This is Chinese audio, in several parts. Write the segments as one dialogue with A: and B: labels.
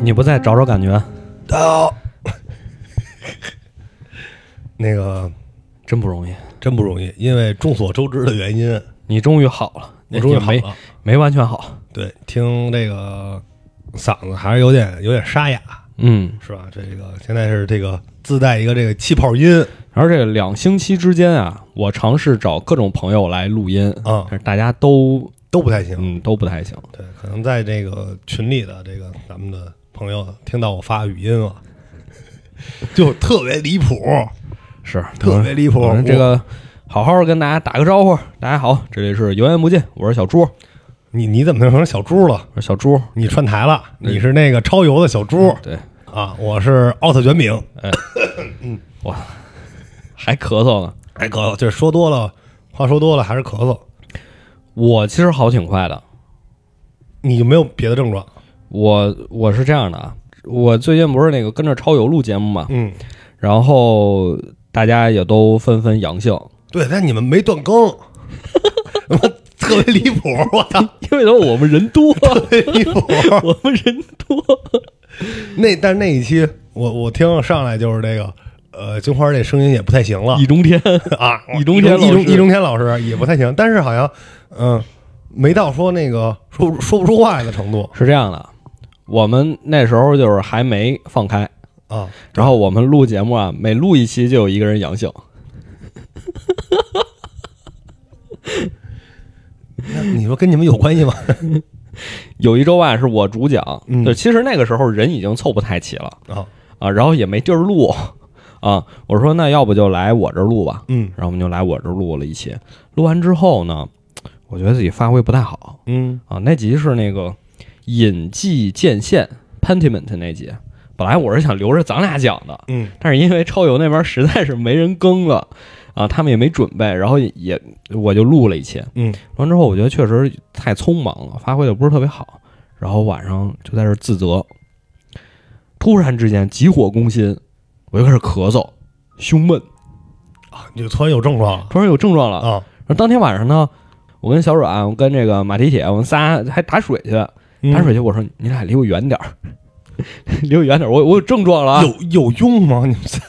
A: 你不再找找感觉，
B: 大家好， 那个
A: 真不容易。
B: 真不容易，因为众所周知的原因，
A: 你终于好了，
B: 我终于
A: 也
B: 好啊
A: 没
B: 了。
A: 没完全好。
B: 对，听这个嗓子还是有点有点沙哑，
A: 嗯，
B: 是吧？这个现在是这个自带一个这个气泡音
A: 而这两星期之间啊，我尝试找各种朋友来录音，
B: 啊
A: 但，是大家都
B: 都不太行。
A: 嗯都不太行。
B: 对，可能在这个群里的这个咱们的朋友听到我发语音了， 就特别离谱，
A: 是
B: 特别离谱
A: 我。们这个好好跟大家打个招呼，大家好，这里是油盐不进，我是小猪，
B: 你你怎么成小猪了？
A: 我是小猪。
B: 你串台了，你是那个超油的小猪
A: 对，
B: 啊！我是奥特卷饼，
A: 还咳嗽呢。
B: 哎哥，就是说多了，话说多了还是咳嗽。
A: 我其实好挺快的，
B: 你有没有别的症状？
A: 我我是这样的啊，我最近不是那个跟着超友录节目嘛，
B: 嗯，
A: 然后大家也都纷纷阳性，
B: 对，但你们没断更，他妈特别离谱，我操，
A: 因为我们人 多，
B: 特别离谱。
A: 我们人多，
B: 那但是那一期我我听上来就是这个，呃，金花这声音也不太行了
A: 易中天，
B: 啊，
A: 易中天
B: 易
A: 老
B: 中
A: 师
B: 易中天老师也不太行，但是好像嗯、没到说那个说说不出话来的程 度
A: 是这样的，我们那时候就是还没放开，
B: 啊。
A: 然后我们录节目啊，每录一期就有一个人阳性，
B: 那你说跟你们有关系吗？
A: 有一周啊是我主讲，
B: 嗯
A: 对，其实那个时候人已经凑不太齐了
B: 啊，
A: 啊，然后也没地儿录啊，我说那要不就来我这儿录吧，
B: 嗯
A: 然后我们就来我这儿录了一期，录完之后呢，我觉得自己发挥不太好
B: 嗯
A: 啊，那集是那个隐迹剑线 Pentiment 那集，本来我是想留着咱俩讲的，
B: 嗯，
A: 但是因为超游那边实在是没人更了，啊，他们也没准备，然后也我就录了一期，
B: 嗯，
A: 完之后我觉得确实太匆忙了，发挥的不是特别好，然后晚上就在这儿自责，突然之间急火攻心，我就开始咳嗽、胸闷，
B: 啊，你就突然有症状了
A: 突然有症状了。
B: 啊？
A: 然后当天晚上呢，我跟小阮，我跟这个马蹄铁，我们仨还打水去，
B: 嗯
A: 打水去，我说你俩离我远点儿， 离我远点儿，我我有症状了啊，
B: 有有用 吗？你们 仨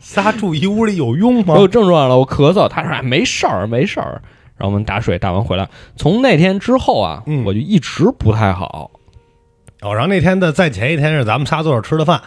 B: 仨住一屋里有用吗
A: 我？有症状了，我咳嗽。他说、哎、没事儿，没事儿。然后我们打水打完回来，从那天之后啊，
B: 嗯
A: 我就一直不太好。
B: 哦，然后那天的在前一天是咱们仨坐着吃的饭，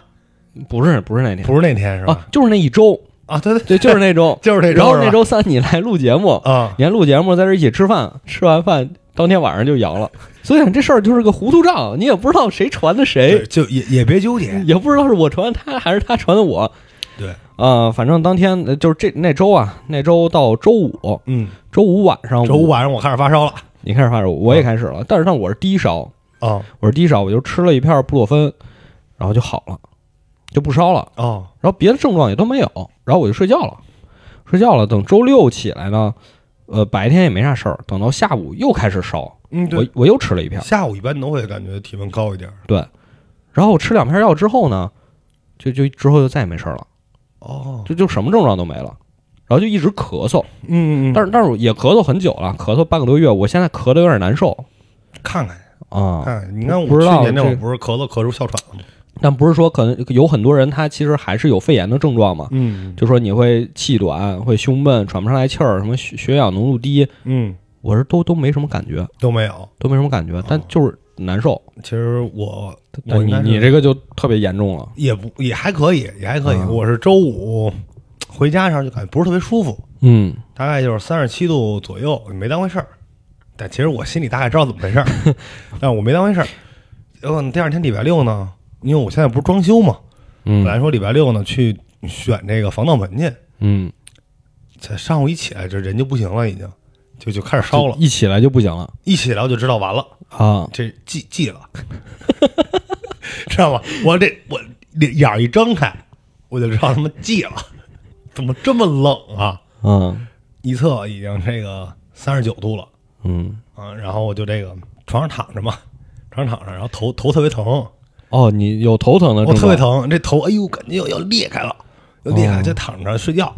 A: 不是不是那天
B: 不是那天是吧？
A: 啊，就是那一周，
B: 啊，对对，。
A: 对，就是那周
B: 就是那
A: 然后
B: 是吧
A: 那周三你来录节目，
B: 啊，
A: 你来录节目，在这一起吃饭，吃完饭当天晚上就阳了。所以啊这事儿就是个糊涂账，你也不知道谁传的谁
B: 对，就也也别纠结，
A: 也不知道是我传的他还是他传的我。
B: 对，
A: 呃，反正当天呃就是这那周啊，那周到周五，
B: 嗯，
A: 周五晚上，
B: 周五晚啊上我开始发烧了
A: 你开始发烧，我也开始了，但是但我是低烧，
B: 啊
A: 我是低烧，我就吃了一片布洛芬，然后就好了，就不烧了，
B: 哦，
A: 然后别的症状也都没有，然后我就睡觉了，睡觉了。等周六起来呢，呃，白天也没啥事儿，等到下午又开始烧，
B: 嗯，
A: 我
B: 对，
A: 我又吃了一片，
B: 下午一般都会感觉体温高一点
A: 对，然后我吃两片药之后呢，就就之后就再也没事儿了，
B: 哦，
A: 就就什么症状都没了。然后就一直咳嗽，
B: 嗯
A: 但是但是我也咳嗽很久了，咳嗽半个多月，我现在咳的有点难受
B: 看看
A: 啊
B: 看，看，你看我
A: 不知
B: 去
A: 道
B: 年那会
A: 这
B: 儿不是咳嗽咳出哮喘了吗？
A: 但不是说可能有很多人他其实还是有肺炎的症状嘛，
B: 嗯
A: 就说你会气短、会胸闷、喘不上来气儿，什么血血氧浓度低，
B: 嗯
A: 我是都都没什么感觉，
B: 都没有。
A: 都没什么感
B: 哦
A: 觉，但就是难受。
B: 其实我我
A: 但
B: 应
A: 你
B: 该是
A: 你这个就特别严重了，
B: 也不也还可以，也还可以。
A: 啊
B: 我是周五回家上就感觉不是特别舒服，
A: 嗯，
B: 大概就是三十七度左右，没当回事儿。但其实我心里大概知道怎么 回事儿，但是我没当回事儿。结果第二天礼拜六呢，因为我现在不是装修嘛，
A: 嗯
B: 本来说礼拜六呢去选这个防盗门去，
A: 嗯，
B: 这上午一起来这人就不行了，已经就就开始烧了
A: 就。一起来就不行了
B: 一起来我就知道完了，
A: 啊，
B: 这记记了，知道吧？我这我眼儿一睁开，我就知道他妈记了，怎么这么冷啊？
A: 嗯
B: 一测已经这个三十九度了。
A: 嗯，
B: 啊，然后我就这个床上躺着嘛，床上躺着，然后头头特别疼，
A: 哦，你有头疼的
B: 我
A: 症
B: 特别
A: 状，
B: 疼，这头哎呦感觉要要裂开了，要裂开
A: 哦
B: 就躺着睡觉，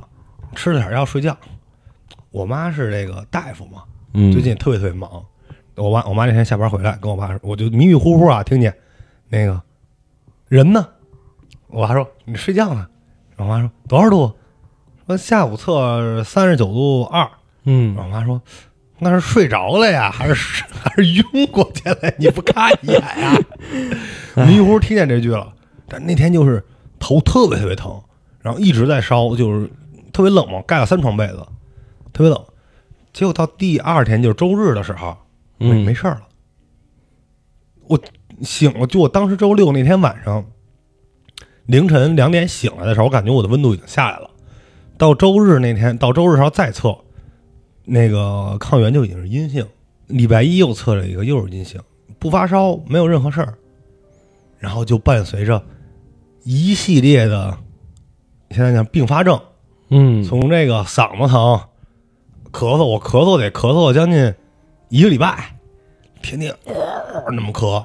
B: 吃了点药睡觉。我妈是这个大夫嘛，
A: 嗯，
B: 最近特别特别忙。我妈我妈那天下班回来跟我爸说，我就迷迷糊糊啊，听见那个人呢？我爸说你睡觉呢。然后我妈说多少度？说下午测三十九度二。
A: 嗯
B: 然后我妈说那是睡着了呀， 还是还是晕过去了？ 你不看一眼呀、迷糊听见这句了，但那天就是头特别特别疼，然后一直在烧，就是特别冷嘛，盖了三床被子，特别冷。结果到第二天就是周日的时候，没
A: 嗯
B: 没事儿了。我醒了，就我当时周六那天晚上凌晨两点醒来的时候，我感觉我的温度已经下来了。到周日那天，到周日时候再测，那个抗原就已经是阴性。礼拜一又测了一个，又是阴性，不发烧，没有任何事儿。然后就伴随着一系列的，现在讲并发症，
A: 嗯，
B: 从这个嗓子疼、咳嗽，我咳嗽得咳嗽将近一个礼拜，天天、呃、那么咳。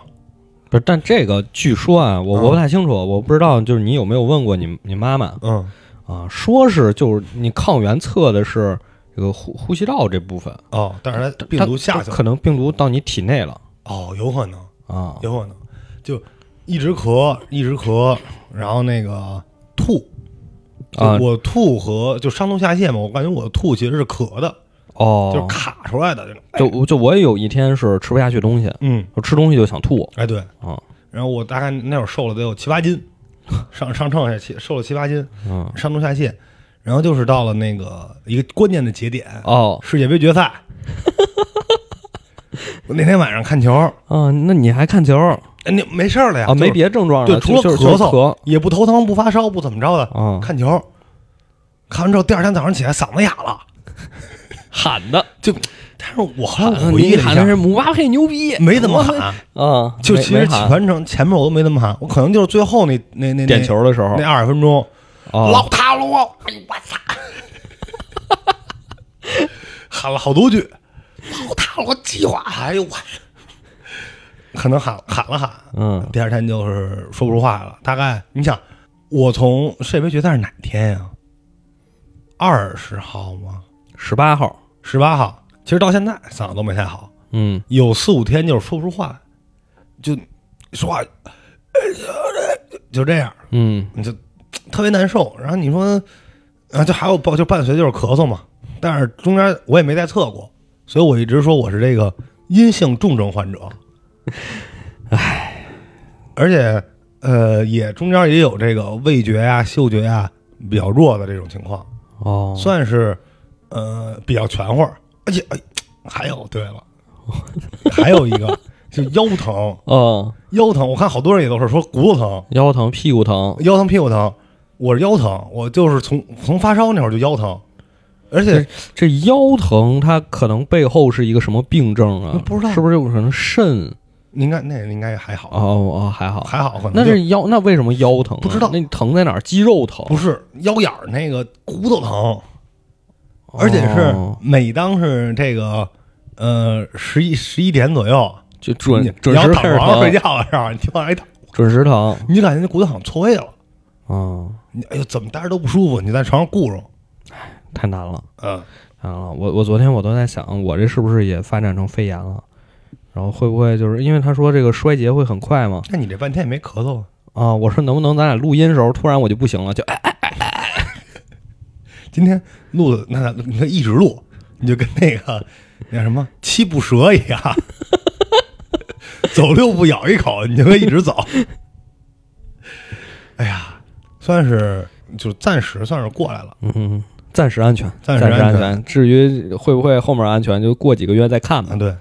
A: 不是，但这个据说啊，
B: 嗯
A: 我我不太清楚，我不知道，就是你有没有问过你你妈妈
B: 嗯，
A: 啊？说是就是你抗原测的是这个呼呼吸道这部分，
B: 哦，但是它病毒下去
A: 它
B: 了，
A: 可能病毒到你体内了
B: 哦，有可能，
A: 啊。
B: 有可能，就一直咳，一直咳，然后那个吐，就
A: 啊
B: 我吐和就上吐下泻嘛，我感觉我的吐其实是咳的，就是
A: 哦，
B: 卡出来的这种。
A: 就就我也有一天是吃不下去东西，
B: 嗯，
A: 我吃东西就想吐
B: 哎对，
A: 啊。
B: 然后我大概那会儿瘦了得有七八斤，上 上秤下七瘦了七八斤，
A: 嗯，
B: 上吐下泻，然后就是到了那个一个关键的节点，
A: 哦
B: 世界杯决赛。我那天晚上看球，
A: 啊，那你还看球儿
B: 哎，你没事儿了呀？
A: 啊？没
B: 别
A: 别症状
B: 对，
A: 了，
B: 除了
A: 就就是
B: 咳
A: 就是
B: 嗽也不头疼，不发烧，不怎么着的，
A: 啊，
B: 看球。看完之后，第二天早上起来嗓子哑了，
A: 喊的，
B: 就，但是我后来我回忆
A: 啊你
B: 了一
A: 喊的
B: 下，
A: 是姆巴佩牛逼，
B: 没怎么喊，
A: 啊，
B: 就
A: 没
B: 其实
A: 没
B: 起
A: 喊
B: 全程前面我都没怎么喊，我可能就是最后那那那
A: 点球的时候
B: 那二十分钟，
A: 啊
B: 老塔罗，哎呦我操！ 喊了好多句，老塔罗计划，哎呦我，可能喊喊了喊，
A: 嗯
B: 第二天就是说不出话来了。大概你想，我从世界杯决赛是哪天呀、二十号吗？
A: 十八号，
B: 十八号？其实到现在嗓子都没太好，
A: 嗯
B: 有四五天就是说不出话来，就说话，哎呦就这样。
A: 嗯
B: 你就特别难受。然后你说，啊，就还有伴就伴随就是咳嗽嘛，但是中间我也没再测过，所以我一直说我是这个阴性重症患者。唉，而且呃，也中间也有这个味觉呀、嗅觉呀比较弱的这种情况，
A: 哦，
B: 算是呃比较全乎儿。而且哎，还有对了，还有一个就腰疼，
A: 嗯，
B: 腰疼，我看好多人也都是说骨头疼。
A: 腰疼屁股疼，
B: 腰疼屁股疼，我是腰疼，我就是从从发烧那会儿就腰疼，而且
A: 这腰疼它可能背后是一个什么病症啊？
B: 不知道
A: 是不是有可能肾？
B: 应该那应该还好，
A: 哦哦，还好，
B: 还好可能
A: 那
B: 就是
A: 腰，那为什么腰疼啊？
B: 不知道
A: 那疼在哪儿？肌肉疼？
B: 不是腰眼儿那个骨头疼，而且是
A: 哦
B: 每当是这个呃十一十一点左右，
A: 就准
B: 你啊
A: 准
B: 你要
A: 时
B: 躺
A: 开始
B: 床上睡
A: 疼，
B: 觉的时候，你就往那一躺，
A: 准时疼
B: 你感觉那骨头好像错位了，
A: 啊，
B: 你哎呦怎么待着都不舒服，你在床上顾着，
A: 太难了。
B: 嗯，
A: 啊，我我昨天我都在想，我这是不是也发展成肺炎了？然后会不会就是因为他说这个衰竭会很快嘛？
B: 那你这半天也没咳嗽啊，
A: 啊，我说能不能咱俩录音时候突然我就不行了，就哎
B: 今天录的那你看一直录，你就跟那个那什么七步蛇一样， 走六步咬一口，你就会一直走。 哎呀，算是就暂时算是过来了，
A: 嗯，暂时安全，
B: 暂
A: 暂
B: 时安
A: 安
B: 全
A: 全。至于会不会后面安全，就过几个月再看吧
B: 啊，。对，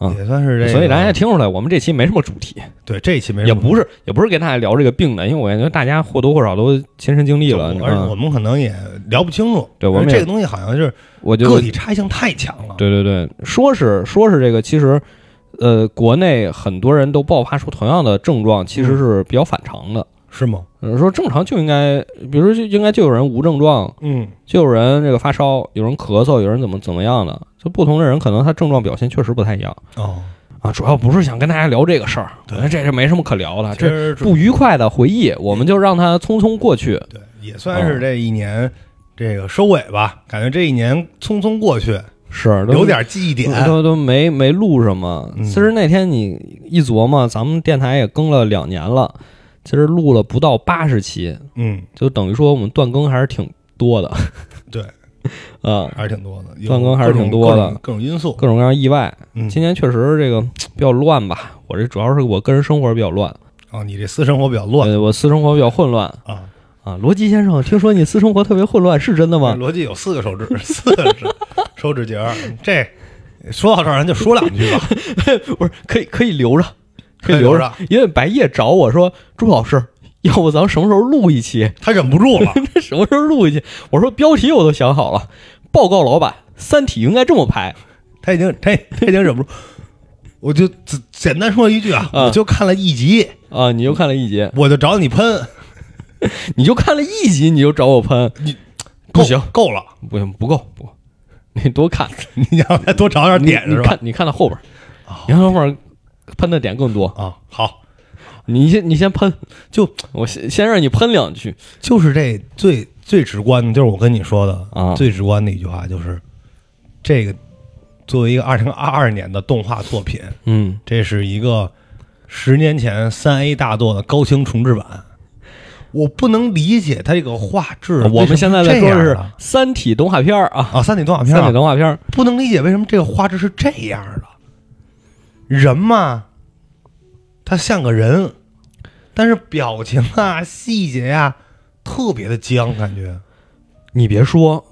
A: 嗯
B: 也算是这个。
A: 所以大家也听出来，我们这期没什么主题，
B: 对这一期没
A: 也
B: 什么
A: 不是也不是跟大家聊这个病的，因为我感觉大家或多或少都亲身经历了。
B: 而且我
A: 嗯，
B: 们可能也聊不清楚，
A: 对我们
B: 因为
A: 也
B: 这个东西好像是
A: 我就
B: 个体差异性太强了。
A: 对对对，说是说是这个，其实呃，国内很多人都爆发出同样的症状，其实是比较反常的。
B: 是吗？
A: 呃说正常就应该，比如说就应该就有人无症状，
B: 嗯，
A: 就有人这个发烧，有人咳嗽，有人怎么怎么样的，就不同的人可能他症状表现确实不太一样
B: 哦，
A: 啊。主要不是想跟大家聊这个事儿，我觉得这是没什么可聊的，
B: 其
A: 啊这
B: 实
A: 不愉快的回忆，我们就让它匆匆过去。
B: 对，也算是这一年这个收尾吧，感觉这一年匆匆过去，
A: 是都
B: 有点记忆点。
A: 都都没没录什么。
B: 嗯
A: 其实那天你一琢磨，咱们电台也更了两年了，其实录了不到八十期，
B: 嗯，
A: 就等于说我们断更还是挺多的。
B: 对，
A: 啊，
B: 还是挺多的，有
A: 断更还是
B: 各种
A: 挺多的
B: 各种各种因素。
A: 各种各样意外。
B: 嗯，
A: 今年确实这个比较乱吧，我这主要是我个人生活比较乱，
B: 啊，你这私生活比较乱
A: 呃，我私生活比较混乱
B: 啊。
A: 啊。罗辑先生，听说你私生活特别混乱，是真的吗？
B: 逻辑有四个手指，四个指手指节儿，这说到这儿咱就说两句吧，
A: 不是，可以可以留着，
B: 可以
A: 留
B: 留着。
A: 因为白夜找我说，朱老师，要不咱什么时候录一期？
B: 他忍不住了，
A: 什么时候录一期？我说标题我都想好了，报告老板，《三体》应该这么拍。
B: 他已经他他已经忍不住。我就简简单说一句啊，
A: 啊
B: 我就看了一集，
A: 啊！你就看了一集，
B: 我就找你喷，
A: 你就看了一集，你就找我喷，
B: 你
A: 不
B: 够
A: 行，
B: 够了，
A: 不行，不够，不够， 你多看，
B: 你想再多找点点
A: 你
B: 是
A: 你
B: 吧
A: 看？你看到后边
B: 哦，
A: 你看后边喷的点更多。
B: 啊，好，
A: 你先你先喷，
B: 就
A: 我先先让你喷两句
B: 就是这最最直观的，就是我跟你说的
A: 啊
B: 最直观的一句话就是，这个作为一个二零二二年的动画作品，
A: 嗯，
B: 这是一个十年前三 A 大作的高清重制版。我不能理解它这个画质，
A: 啊我们现在在
B: 在
A: 说的是《啊三体》动画片儿啊，
B: 啊，三体动画
A: 《
B: 片
A: 三体》
B: 啊，
A: 动画片儿，
B: 不能理解为什么这个画质是这样的。人嘛，他像个人，但是表情啊、细节呀、特别的僵，感觉。
A: 你别说，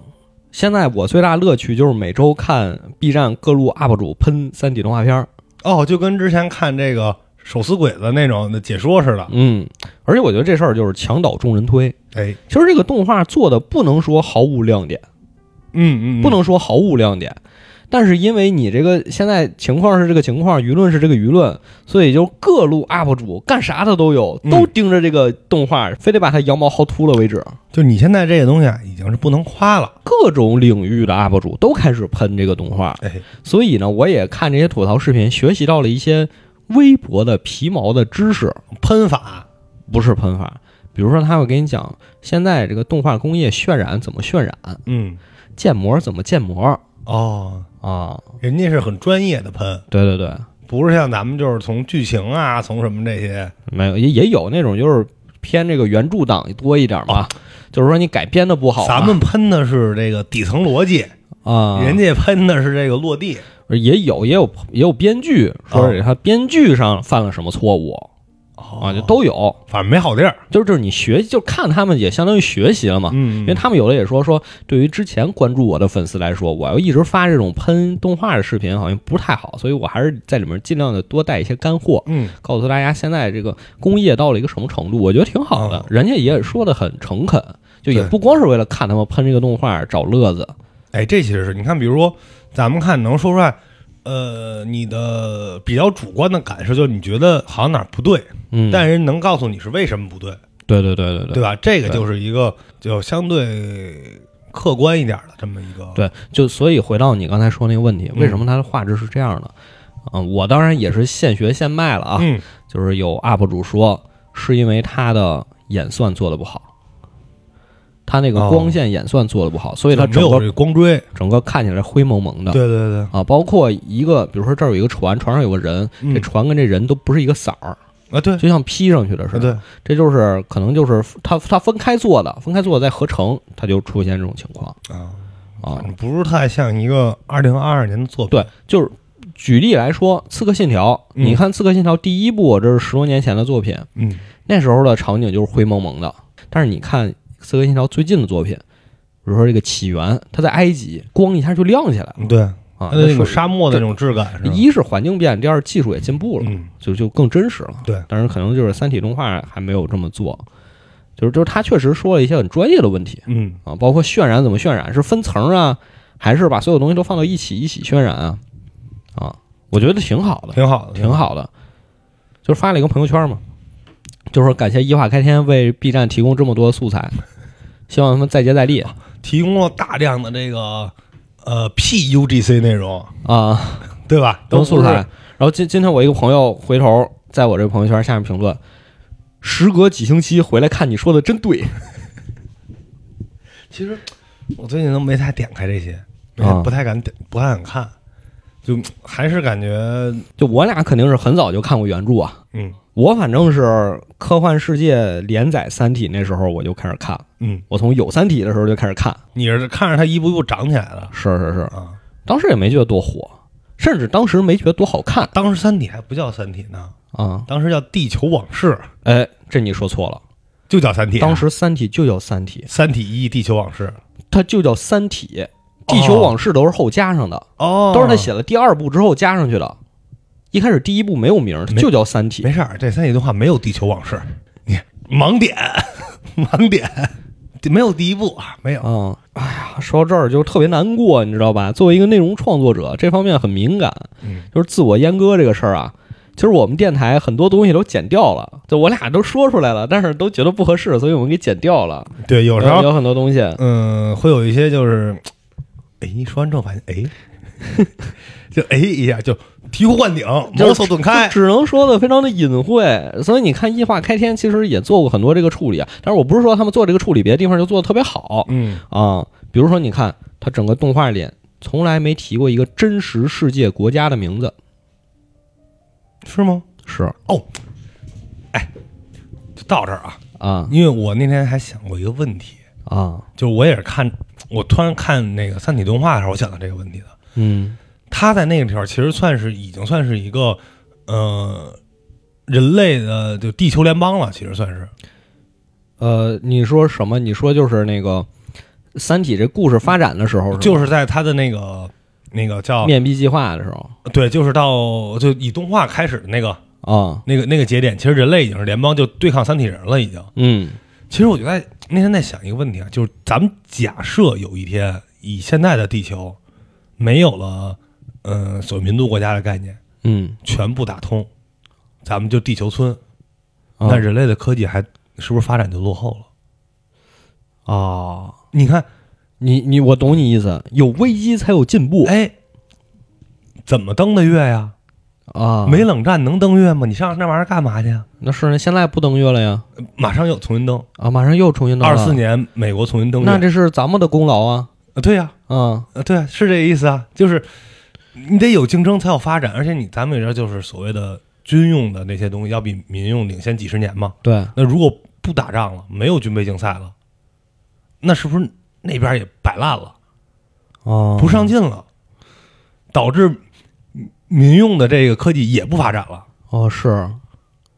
A: 现在我最大乐趣就是每周看 B 站各路 UP 主喷《三体》动画片儿。
B: 哦，就跟之前看这个手撕鬼子那种的解说似的。
A: 嗯，而且我觉得这事儿就是墙倒众人推。
B: 哎，
A: 其实这个动画做的不能说毫无亮点，
B: 嗯嗯，嗯
A: 不能说毫无亮点，但是因为你这个现在情况是这个情况，舆论是这个舆论，所以就各路 UP 主干啥的都有，
B: 嗯
A: 都盯着这个动画，非得把它羊毛薅秃了为止。
B: 就你现在这个东西啊，已经是不能夸了。
A: 各种领域的 UP 主都开始喷这个动画，
B: 哎，
A: 所以呢，我也看这些吐槽视频，学习到了一些微薄的皮毛的知识，
B: 喷法，
A: 不是喷法。比如说，他会给你讲现在这个动画工业渲染怎么渲染，
B: 嗯，
A: 建模怎么建模
B: 哦，
A: 啊？
B: 人家是很专业的喷，
A: 对对对，
B: 不是像咱们就是从剧情啊，从什么这些。
A: 没有也也有那种就是偏这个原著党多一点嘛，就是说你改编的不好嘛，
B: 啊咱们喷的是这个底层逻辑，
A: 啊，
B: 人家喷的是这个落地。
A: 也有也有也有编剧说
B: 哦
A: 是他编剧上犯了什么错误啊，就都有，
B: 反正没好地儿。
A: 就是就是你学就看他们也相当于学习了嘛，
B: 嗯
A: 啊因为他们有的也说说，对于之前关注我的粉丝来说，我要一直发这种喷动画的视频，好像不太好，所以我还是在里面尽量的多带一些干货，
B: 嗯
A: 告诉大家现在这个工业到了一个什么程度，我觉得挺好的
B: 哦，
A: 人家也说的很诚恳，就也
B: 对
A: 不光是为了看他们喷这个动画找乐子，
B: 哎，这其实是你看，比如说咱们看能说出来，呃，你的比较主观的感受就是你觉得好像哪儿不对，
A: 嗯，
B: 但人能告诉你是为什么不对，
A: 对对对对对
B: 对吧？这个
A: 对
B: 就是一个就相对客观一点的这么一个。
A: 对，就所以回到你刚才说那个问题，为什
B: 嗯
A: 么它的画质是这样的？嗯，我当然也是现学现卖了啊，
B: 嗯，
A: 就是有 UP 主说是因为他的演算做的不好，他那个光线演算做的不好，所以他
B: 哦没
A: 整
B: 有
A: 个
B: 这光追。
A: 整个看起来灰蒙蒙的。
B: 对对对，
A: 啊，包括一个，比如说这儿有一个船，船上有个人，
B: 嗯
A: 这船跟这人都不是一个色儿，
B: 啊对，
A: 就像 P 上去的似
B: 啊
A: 的。
B: 对，
A: 这就是可能就是它它分开做的，分开做的再合成，它就出现这种情况
B: 啊，
A: 啊。
B: 不是太像一个二零二二年的作品。
A: 对，就是举例来说，《刺客信条》，
B: 嗯
A: 你看《刺客信条》第一部，这是十多年前的作品，
B: 嗯，
A: 那时候的场景就是灰蒙蒙的。但是你看《刺客信条》最近的作品，比如说这个《起源》，它在埃及光一下就亮起来了
B: 对，
A: 啊，
B: 它的那
A: 属于
B: 种沙漠的那种质感是吧？
A: 一是环境变，第二技术也进步了，
B: 嗯，
A: 就就更真实了。
B: 对，
A: 当然可能就是《三体》动画还没有这么做，就是就是他确实说了一些很专业的问题
B: 嗯，
A: 啊，包括渲染怎么渲染，是分层啊，还是把所有东西都放到一起一起渲染啊？啊，我觉得挺好的。
B: 挺好的，
A: 啊挺。好的，就发了一个朋友圈嘛，就说感谢一化开天为 B 站提供这么多素材，希望他们再接再厉啊、
B: 提供了大量的这个呃 PUGC 内容，对吧？
A: 都
B: 都
A: 啊素
B: 素
A: 材。
B: 材
A: 然后今今天我一个朋友回头在我这朋友圈下面评论，时隔几星期回来看你说的真对，
B: 其实我最近都没太点开这些，没
A: 啊
B: 不太敢点，不太敢看，就还是感觉
A: 就我俩肯定是很早就看过原著啊，
B: 嗯，
A: 我反正是科幻世界连载《三体》那时候我就开始看，
B: 嗯，
A: 我从有《三体》的时候就开始看，
B: 你是看着它一步一步长起来的
A: 是是是，
B: 啊。
A: 当时也没觉得多火，甚至当时没觉得多好看
B: 当时《三体》还不叫《三体》呢，
A: 啊。
B: 当时叫《地球往事》，
A: 哎，这你说错了，
B: 就叫《三体》啊。
A: 当时《三体》就叫《三体
B: 《三体一》《地球往事》
A: 它就叫《三体》，地球往事都是后加上的，
B: 哦
A: 都是他写了第二部之后加上去的。一开始第一部没有名儿，它
B: 没
A: 就叫《三体》。
B: 哦没事儿，这三体动画没有《地球往事》，你盲点， 盲点，没有第一部啊，没有。
A: 嗯，哎呀，说到这儿就特别难过，你知道吧？作为一个内容创作者，这方面很敏感，
B: 嗯
A: 就是自我阉割这个事儿啊。其实我们电台很多东西都剪掉了，就我俩都说出来了，但是都觉得不合适，所以我们给剪掉了。
B: 对，有时候
A: 有很多东西，
B: 嗯，会有一些就是，哎，一说完之后发现，哎， 就哎一下就醍醐灌顶，
A: 就是
B: 茅塞顿开。
A: 只能说的非常的隐晦。所以你看，异化开天其实也做过很多这个处理啊，但是我不是说他们做这个处理，别的地方就做的特别好
B: 嗯，
A: 啊、比如说，你看它整个动画里从来没提过一个真实世界国家的名字，
B: 是吗？哦哎
A: 是
B: 就到这儿啊，
A: 啊
B: 因为我那天还想过一个问题，
A: 啊，
B: 就是我也是看，我突然看那个《三体》动画的时候，我想到这个问题的。
A: 嗯
B: 他在那个地方其实算是已经算是一个，呃，人类的就地球联邦了，其实算是。
A: 呃，你说什么？你说就是那个《三体》这故事发展的时候，
B: 就是在他的那个那个叫
A: 面壁计划的时候
B: 对，就是到就以动画开始的那个
A: 啊，
B: 那个那个节点，其实人类已经是联邦就对抗三体人了，已经。
A: 嗯
B: 其实我就在那天在想一个问题啊，就是咱们假设有一天以现在的地球没有了，呃，所谓民族国家的概念，
A: 嗯，
B: 全部打通，咱们就地球村，
A: 啊
B: 那人类的科技还是不是发展就落后了？
A: 啊，
B: 你看，
A: 你你我懂你意思，有危机才有进步
B: 哎，怎么登的月呀？
A: 啊，
B: 没冷战能登月吗？你上那玩意儿干嘛去啊？
A: 那是呢，现在不登月了呀，
B: 马上又重新登，
A: 啊，马上又重新登
B: 二
A: 了。
B: 四年美国重新登月，
A: 那这是咱们的功劳啊，
B: 呃对呀、
A: 啊，
B: 呃对呀、是这意思啊，就是你得有竞争才有发展，而且你咱们也知道，就是所谓的军用的那些东西要比民用领先几十年嘛。
A: 对，
B: 那如果不打仗了，没有军备竞赛了，那是不是那边也摆烂了？
A: 哦，
B: 不上进了，导致民用的这个科技也不发展了，
A: 哦，是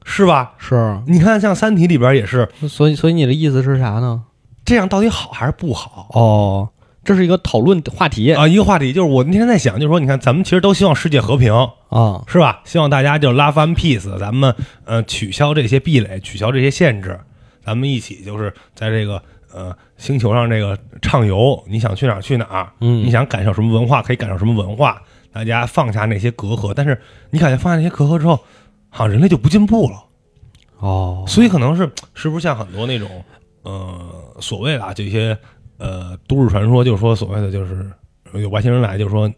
B: 是吧？
A: 是，
B: 你看，像《三体》里边也是
A: 所以所以你的意思是啥呢？
B: 这样，到底好还是不好
A: 哦，这是一个讨论话题
B: 啊？一个话题就是我那天在想，就是说，你看，咱们其实都希望世界和平，
A: 啊，
B: 是吧？希望大家就拉翻 peace，咱们呃取消这些壁垒，取消这些限制，咱们一起就是在这个呃星球上这个畅游，你想去哪儿去哪儿，
A: 嗯
B: 你想感受什么文化可以感受什么文化，大家放下那些隔阂。但是你感觉放下那些隔阂之后，好像人类就不进步了，
A: 哦，
B: 所以可能是是不是像很多那种呃所谓的啊，这些呃都市传说，就是说所谓的就是呃有外星人来，就是说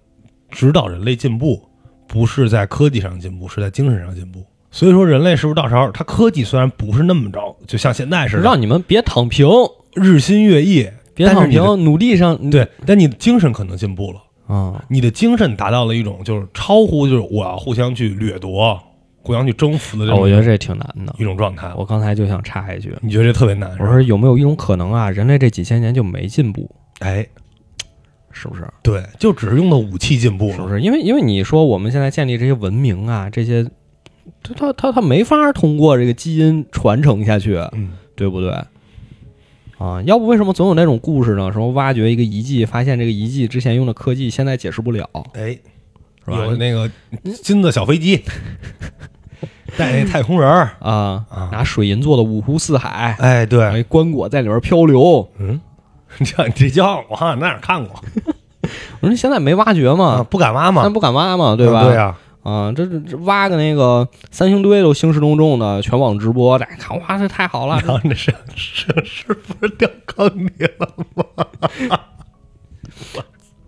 B: 指导人类进步，不是在科技上进步，是在精神上进步。所以说，人类是不是到时候它科技虽然不是那么着，就像现在似的
A: 让你们别躺平，
B: 日新月异，
A: 别
B: 但
A: 躺
B: 是你
A: 平
B: 的，
A: 努力上，
B: 对，但你的精神可能进步了。
A: 啊，
B: 你的精神达到了一种就是超乎就是我要互相去掠夺、互相去征服的这
A: 哦
B: 种
A: 我觉得这挺难的。
B: 一种状态。
A: 我刚才就想插一句，啊
B: 你觉得这特别难？
A: 我说有没有一种可能啊，人类这几千年就没进步，
B: 哎，
A: 是不是？
B: 对，就只是用的武器进步
A: 是不
B: 了。
A: 是？因为因为你说我们现在建立这些文明啊，这些，它它它它没法通过这个基因传承下去，
B: 嗯，
A: 对不对？啊，要不为什么总有那种故事呢？什么挖掘一个遗迹，发现这个遗迹之前用的科技现在解释不了，
B: 哎，
A: 是吧
B: 有？那个金子小飞机，带那太空人儿，
A: 啊
B: 啊，
A: 拿水银做的五湖四海，
B: 哎，对，
A: 哎，棺椁在里边漂流。
B: 嗯， 这这叫我好像哪儿看过
A: 我说现在没挖掘
B: 啊，
A: 嘛，
B: 不敢挖
A: 咱
B: 嘛，
A: 不敢挖嘛，对吧？
B: 嗯对啊，
A: 啊，这这这挖个那个三星堆都兴师动众的，全网直播，大家看，哇，这太好了，
B: 然后这是是是不是掉坑里了？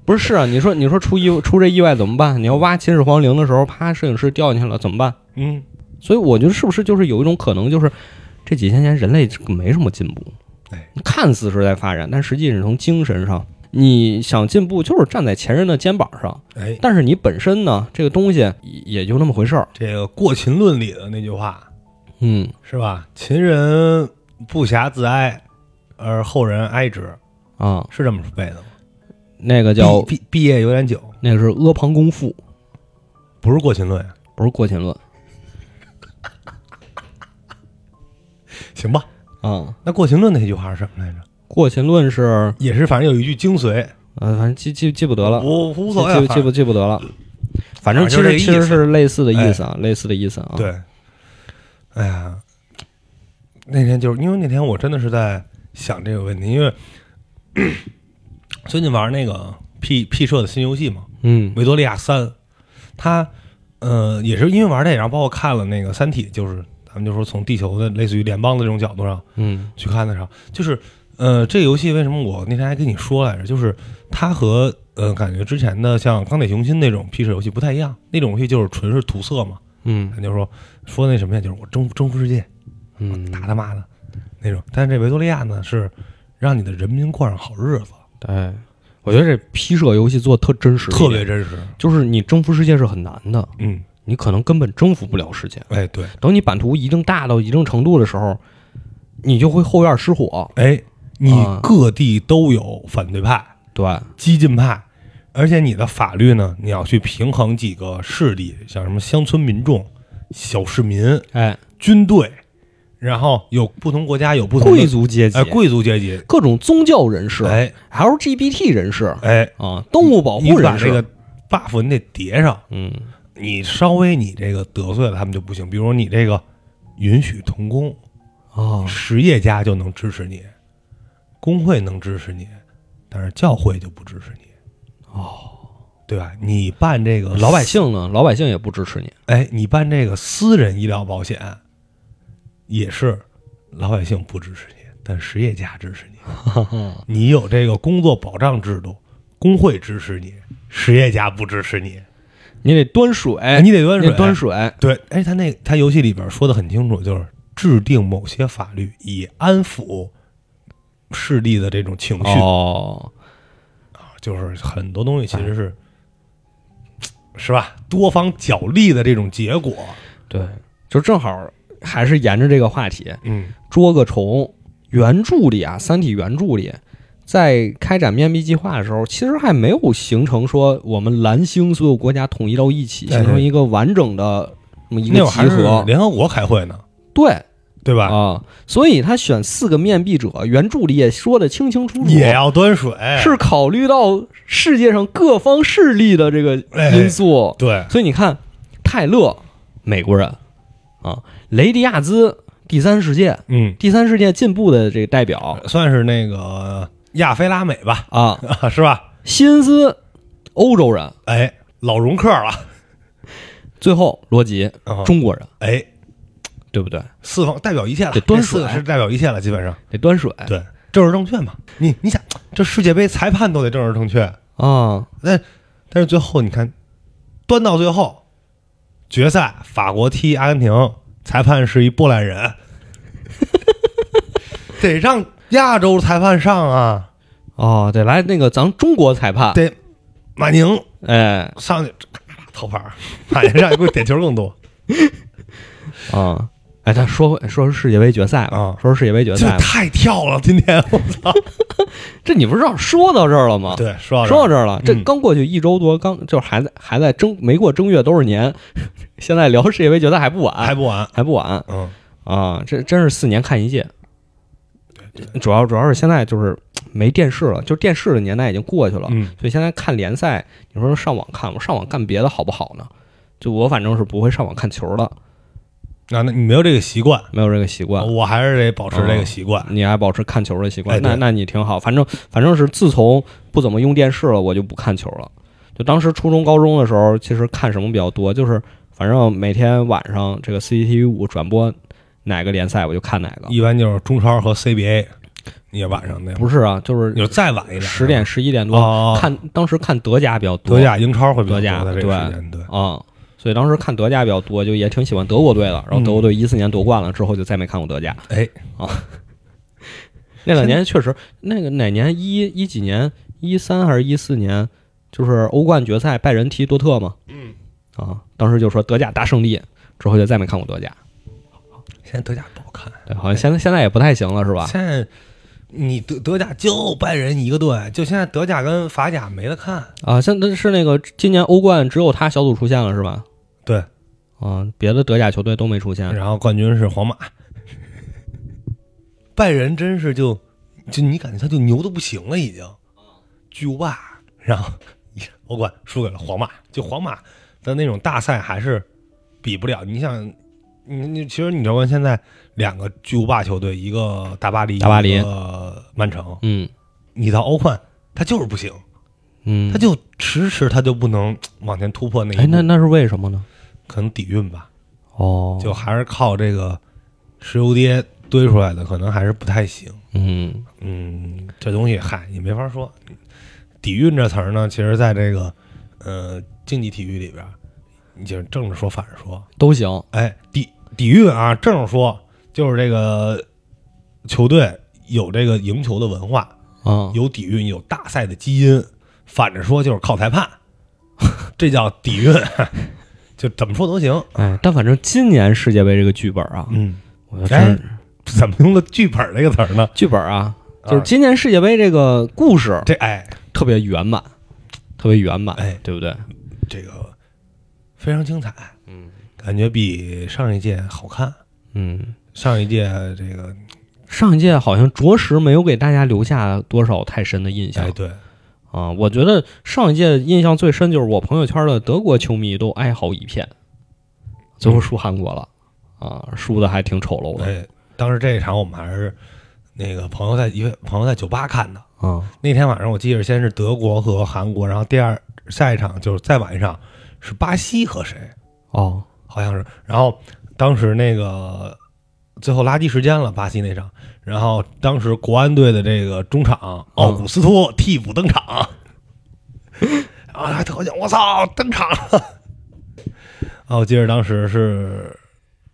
A: 不是啊，你说你说出意出这意外怎么办？你要挖秦始皇陵的时候，啪，摄影师掉进去了怎么办？
B: 嗯，
A: 所以我觉得是不是就是有一种可能，就是这几千年人类没什么进步
B: 哎，
A: 看似是在发展，但实际是从精神上，你想进步就是站在前人的肩膀上，
B: 哎，
A: 但是你本身呢，这个东西也也就那么回事儿
B: 这个过秦论里的那句话，
A: 嗯，
B: 是吧？秦人不暇自哀，而后人哀之，
A: 啊，
B: 是这么背的吗？
A: 那个叫
B: 毕毕毕业有点久，
A: 那个是阿房宫赋，
B: 不是过秦论呀。
A: 不是过秦论
B: 行吧，
A: 啊。
B: 那过秦论那句话是什么来着？
A: 过秦论是
B: 也是，反正有一句精髓，
A: 呃，反正记记记不得了，
B: 我无所
A: 记
B: 谓。
A: 不
B: 啊
A: 记不
B: 反
A: 记不得了。反正其
B: 反正
A: 实其
B: 就是这个
A: 实
B: 意思
A: 是类似的意思啊，类似的意思啊。
B: 正，对，哎呀，那天就是因为那天我真的是在想这个问题，因为最近玩那个 P P 社的新游戏嘛，
A: 嗯
B: 《维多利亚三》，它呃也是因为玩这，然后包括看了那个《三体》，就是咱们就说从地球的类似于联邦的这种角度上
A: 嗯
B: 去看的时候，就是呃这游戏为什么我那天还跟你说来着，就是它和呃感觉之前的像《钢铁雄心》那种 P 社游戏不太一样，那种游戏就是纯是涂色嘛，
A: 嗯
B: 咱就说说那什么呀，就是我征服征服世界，
A: 嗯，
B: 打他妈的那种，但是这维多利亚呢是让你的人民过上好日子，
A: 对，哎我觉得这 P 社游戏做的特真实，
B: 特别，真实，
A: 就是你征服世界是很难的，
B: 嗯，
A: 你可能根本征服不了世界。
B: 哎对，
A: 等你版图一定大到一定程度的时候，你就会后院失火。
B: 哎，你
A: 啊
B: 各地都有反对派、
A: 对，
B: 激进派，而且你的法律呢，你要去平衡几个势力，像什么乡村民众、小市民、
A: 哎，
B: 军队，然后有不同国家有不同的
A: 贵族阶级
B: 哎，贵族阶级，
A: 各种宗教人士
B: 哎
A: ，LGBT 人士
B: 哎，
A: 啊，动物保
B: 你
A: 护
B: 把
A: 人
B: 这
A: 士
B: 个，buff 你得叠上，
A: 嗯
B: 你稍微你这个得罪了他们就不行，比如你这个允许童工，
A: 啊，
B: 实业家就能支持你，工会能支持你，但是教会就不支持你。哦，对吧？你办这个老百姓，
A: 姓呢，老百姓也不支持你。
B: 哎，你办这个私人医疗保险，也是老百姓不支持你，但实业家支持你。 你有这个工作保障制度，工会支持你，实业家不支持你，
A: 你得端水，
B: 哎你得端水。
A: 哎端水。
B: 对，哎，他那他游戏里边说的很清楚，就是制定某些法律以安抚势力的这种情绪，
A: 哦，
B: 就是很多东西其实是、是吧？多方角力的这种结果。
A: 对，就正好还是沿着这个话题，
B: 嗯，
A: 捉个虫。原著里啊，《三体》原著里，在开展面壁计划的时候，其实还没有形成说我们蓝星所有国家统一到一起，
B: 对
A: 形成一个完整的这么一
B: 那
A: 个
B: 会儿
A: 集
B: 还是
A: 合。
B: 联合国开会呢，
A: 对
B: 对吧？
A: 啊，所以他选四个面壁者，原著里也说的清清楚楚，
B: 也要端水，
A: 是考虑到世界上各方势力的这个因素。
B: 对，
A: 所以你看，泰勒，美国人啊，雷迪亚兹，第三世界，
B: 嗯，
A: 第三世界进步的这个代表
B: 算是那个亚非拉美吧，
A: 啊，
B: 是吧？
A: 辛斯，欧洲人，
B: 哎，老容克了，
A: 最后罗辑，
B: 啊
A: 中国人，
B: 哎，
A: 对不对？
B: 四方代表一切了，
A: 得端
B: 这四
A: 水哎
B: 个是代表一切了，基本上。
A: 得端水
B: 对，政治正确嘛。你你想，这世界杯裁判都得政治正确，
A: 啊，
B: 但但是最后你看，端到最后，决赛法国踢阿根廷，裁判是一波兰人， 得让亚洲裁判上啊，
A: 哦，得来那个咱中国裁判，
B: 得马宁
A: 哎
B: 上去咔掏牌儿，哎马宁上去估计点球 更多，
A: 啊。哎，咱说回说说世界杯决赛吧，
B: 啊
A: 说说世界杯决
B: 这
A: 赛吧，
B: 太跳了，今天我操！
A: 这你不是让说到这儿了吗？
B: 对，说到
A: 啊说到
B: 这
A: 这
B: 儿
A: 儿了，这
B: 嗯
A: 刚过去一周多，刚就是还在还在正没过正月都是年， 现在聊世界杯决赛还不晚，
B: 还不完，
A: 还不晚
B: 嗯，
A: 啊！这真是四年看一届。主要主要是现在就是没电视了，就是电视的年代已经过去了，
B: 嗯
A: 所以现在看联赛，你说上网看，我上网干别的好不好呢？就我反正是不会上网看球的，
B: 那那你没有这个习惯，
A: 没有这个习惯。嗯
B: 我还是得保持这个习惯。
A: 你还保持看球的习惯，
B: 哎对
A: 那那你挺好。反正反正是自从不怎么用电视了，我就不看球了。就当时初中、高中的时候，其实看什么比较多，就是反正每天晚上这个 CCTV 五转播哪个联赛，我就看哪个。
B: 一般就是中超和 CBA，你也晚上那会儿，
A: 不是啊，就是
B: 你就再晚一点，
A: 十点、十一点多、
B: 哦，
A: 看，当时看德甲比较多。
B: 德甲、英超会比较
A: 德甲
B: 多在这个时间，对，
A: 啊、所以当时看德甲比较多，就也挺喜欢德国队的。然后德国队一四年夺冠了之后，就再没看过德甲。
B: 哎，
A: 那两年确实，那个哪年一一几年，一三还是一四年，就是欧冠决赛拜仁踢多特嘛，嗯，啊，当时就说德甲大胜利，之后就再没看过德甲，
B: 现在德甲不好看，
A: 对，好像现在现在也不太行了，是吧？
B: 现在你德德甲就拜仁一个队，就现在德甲跟法甲没得看。
A: 啊，现在是那个今年欧冠只有他小组出现了，是吧？
B: 对，
A: 啊，别的德甲球队都没出现。
B: 然后冠军是皇马， 拜仁真是就就你感觉他就牛的不行了，已经巨无霸，然后欧冠输给了皇马，就皇马的那种大赛还是比不了。你想，你你其实你知道吗？现在两个巨无霸球队，一个大巴黎，
A: 大巴黎
B: 一个曼城，
A: 嗯
B: 你到欧冠他就是不行，
A: 嗯
B: 他，就迟迟他就不能往前突破那
A: 哎
B: 一，步，
A: 那那是为什么呢？
B: 可能底蕴吧。
A: 哦，
B: 就还是靠这个石油跌堆出来的，可能还是不太行。
A: 嗯
B: 嗯，这东西嗨也没法说。底蕴这词儿呢，其实在这个呃竞技体育里边儿，你就是正着说反着说。
A: 都行。
B: 哎，底底蕴啊，正着说就是这个球队有这个赢球的文化，
A: 啊，
B: 有底蕴，有大赛的基因；反着说就是靠裁判， 这叫底蕴， 就怎么说都行。
A: 哎，但反正今年世界杯这个剧本啊，
B: 嗯，
A: 我觉得
B: 怎么用了“剧本”这个词儿呢？
A: 剧本啊，
B: 啊
A: 就是今年世界杯这个故事
B: 这哎
A: 特别圆满，特别圆满，
B: 哎
A: 对不对？
B: 这个非常精彩，
A: 嗯
B: 感觉比上一届好看。
A: 嗯，
B: 上一届这个
A: 上一届好像着实没有给大家留下多少太深的印象
B: 哎对，
A: 啊。我觉得上一届印象最深就是我朋友圈的德国球迷都哀嚎一片，最后输韩国了。啊，输的还挺丑陋的
B: 哎，当时这一场我们还是那个朋友在一位朋友在酒吧看的。
A: 啊，
B: 那天晚上我记得先是德国和韩国，然后第二下一场就是再晚一场是巴西和谁，
A: 哦，
B: 好像是。然后当时那个最后垃圾时间了，巴西那场。然后当时国安队的这个中场奥
A: 嗯
B: 古斯托替补登场，啊，还特兴，我操，登场了！啊，我记得当时是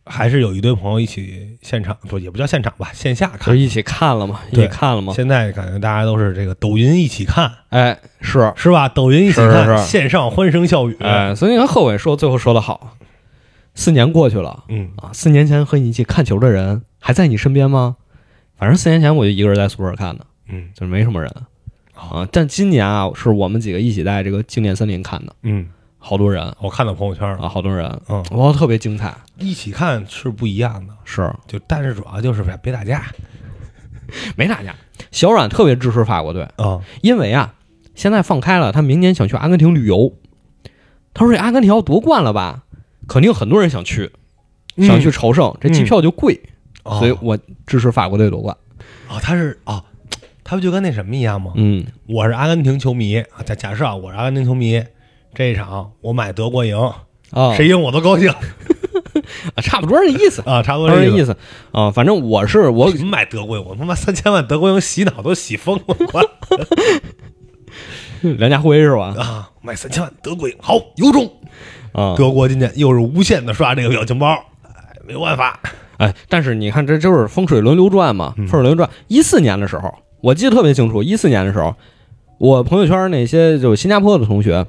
B: 还是有一堆朋友一起现场，不也不叫现场吧，线下
A: 就
B: 看。
A: 一起看了嘛，一
B: 对
A: 起看了嘛，
B: 现在感觉大家都是这个抖音一起看，
A: 哎，是，
B: 是吧？抖音一起看，
A: 是是是
B: 线上欢声笑语。
A: 哎，所以和贺伟说最后说的好，四年过去了，
B: 嗯，
A: 啊，四年前和你一起看球的人还在你身边吗？反正四年前我就一个人在宿舍看的，
B: 嗯
A: 就是没什么人啊。但今年啊，是我们几个一起在这个静电森林看的，
B: 嗯，
A: 好多人
B: 我看到朋友圈了，
A: 啊，好多人，
B: 嗯
A: 哇，特别精彩。
B: 一起看是不一样的。
A: 是
B: 就但是主要就是别别打架
A: 没打架，小冉特别支持法国队，
B: 啊，
A: 因为啊，现在放开了，他明年想去阿根廷旅游。他说：“这阿根廷要夺冠了吧，肯定很多人想去，想去朝圣，这机票就贵，
B: 哦
A: 所以我支持法国队夺冠。
B: 哦，他是哦，他不就跟那什么一样吗？
A: 嗯
B: 我是阿根廷球迷啊，假假设啊，我是阿根廷球迷，这一场我买德国赢，
A: 啊，
B: 谁赢我都高兴
A: 啊差不多这意思。”
B: 啊，差不多
A: 他
B: 这
A: 是
B: 意
A: 意
B: 思。
A: 思啊，反正我是我
B: 什么买德国赢？我他妈三千万德国赢洗脑都洗疯了， 我
A: 梁家辉是吧？
B: 啊，买三千万德国赢，好有种！
A: 啊，
B: 德国今年又是无限的刷这个表情包，哎，没有办法，
A: 哎，但是你看，这就是风水轮流转嘛，
B: 嗯
A: 风水轮流转。一四年的时候，我记得特别清楚，一四年的时候，我朋友圈那些就是新加坡的同学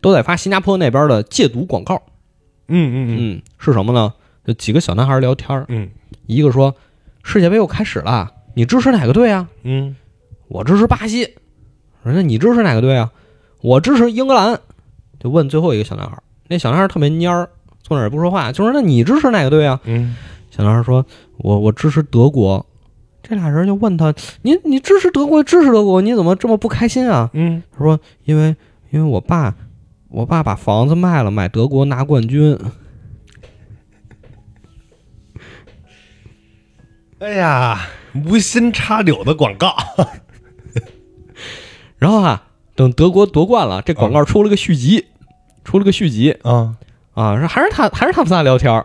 A: 都在发新加坡那边的戒毒广告。
B: 嗯嗯
A: 嗯，是什么呢？就几个小男孩聊天儿，
B: 嗯
A: 一个说世界杯又开始了，你支持哪个队啊？
B: 嗯
A: 我支持巴西。我说你支持哪个队啊？我支持英格兰。就问最后一个小男孩儿，那小男孩儿特别蔫儿，坐那儿也不说话，就说那你支持哪个队啊？
B: 嗯
A: 小男孩儿说：“我我支持德国。”这俩人就问他：“你你支持德国，支持德国，你怎么这么不开心啊
B: 嗯，？”
A: 他说：“因为因为我爸，我爸把房子卖了，买德国拿冠军。
B: 哎呀，无心插柳的广告，
A: 然后啊，等德国夺冠了，这广告出了个续集，出了个续集
B: 啊，
A: 啊，说还是他还是他们仨聊天儿，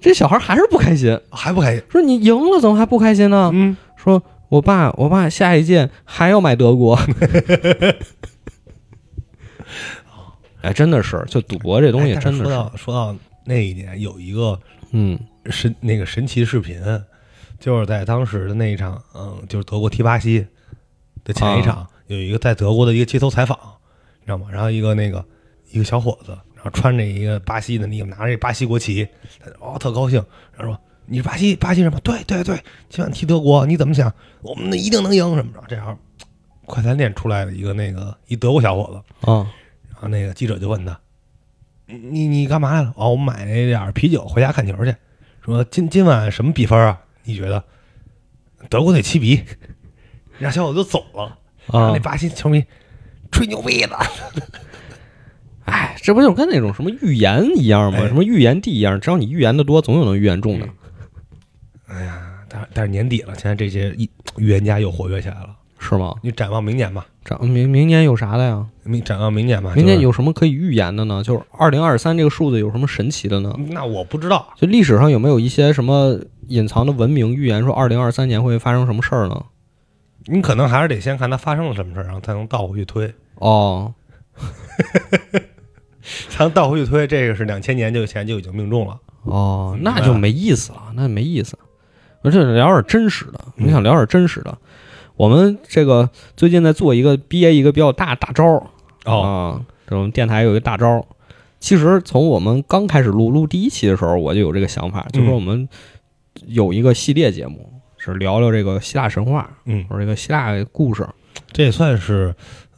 A: 这小孩还是不开心，
B: 还不开心？
A: 说你赢了怎么还不开心呢？
B: 嗯，
A: 说我爸我爸下一届还要买德国。” 哎，真的是，就赌博这东西
B: 哎但
A: 真的
B: 说
A: 是，
B: 到说到那一年，有一个
A: 嗯
B: 神那个神奇视频，就是在当时的那一场，嗯，就是德国踢巴西的
A: 啊
B: 前一场，有一个在德国的一个街头采访，你知道吗？然后一个那个一个小伙子，然后穿着一个巴西的，那个拿着一巴西国旗，他就哦特高兴，然后说你是巴西巴西人吗？对对对，今晚踢德国，你怎么想？我们一定能赢什么的。这样，快餐店出来了一个那个一德国小伙子，
A: 啊
B: 然后那个记者就问他：“你你你干嘛来了？”哦，我买了点儿啤酒回家看球去。说今今晚什么比分啊？你觉得德国队七比一？然后小伙子就走了。然后
A: 啊
B: 那！巴西球迷吹牛逼的，
A: 哎，这不就是跟那种什么预言一样吗？
B: 哎嗯
A: 什么预言帝一样，只要你预言的多，总有能预言中的。哎
B: 但但是年底了，现在这些一预言家又活跃起来了。
A: 是吗？
B: 你展望明年吧，
A: 这明明年有啥的呀？
B: 明展望明年吧。
A: 明年
B: 啊就是
A: 有什么可以预言的呢？就是二零二三这个数字有什么神奇的呢？
B: 那我不知道，
A: 就历史上有没有一些什么隐藏的文明预言说二零二三年会发生什么事儿呢？
B: 你可能还是得先看它发生了什么事儿，然后才能倒回去推，
A: 哦，
B: 才能倒回去推。这个是两千年就前就已经命中了。
A: 哦，
B: 明白
A: 那就没意思了，那没意思。我这聊点真实的，
B: 嗯
A: 我想聊点真实的。我们这个最近在做一个憋一个比较大大招儿
B: 哦，
A: 啊，这我们电台有一个大招儿。其实从我们刚开始录录第一期的时候，我就有这个想法，就说我们有一个系列节目是聊聊这个希腊神话
B: 嗯，
A: 或者这个希腊故事。
B: 这也算是，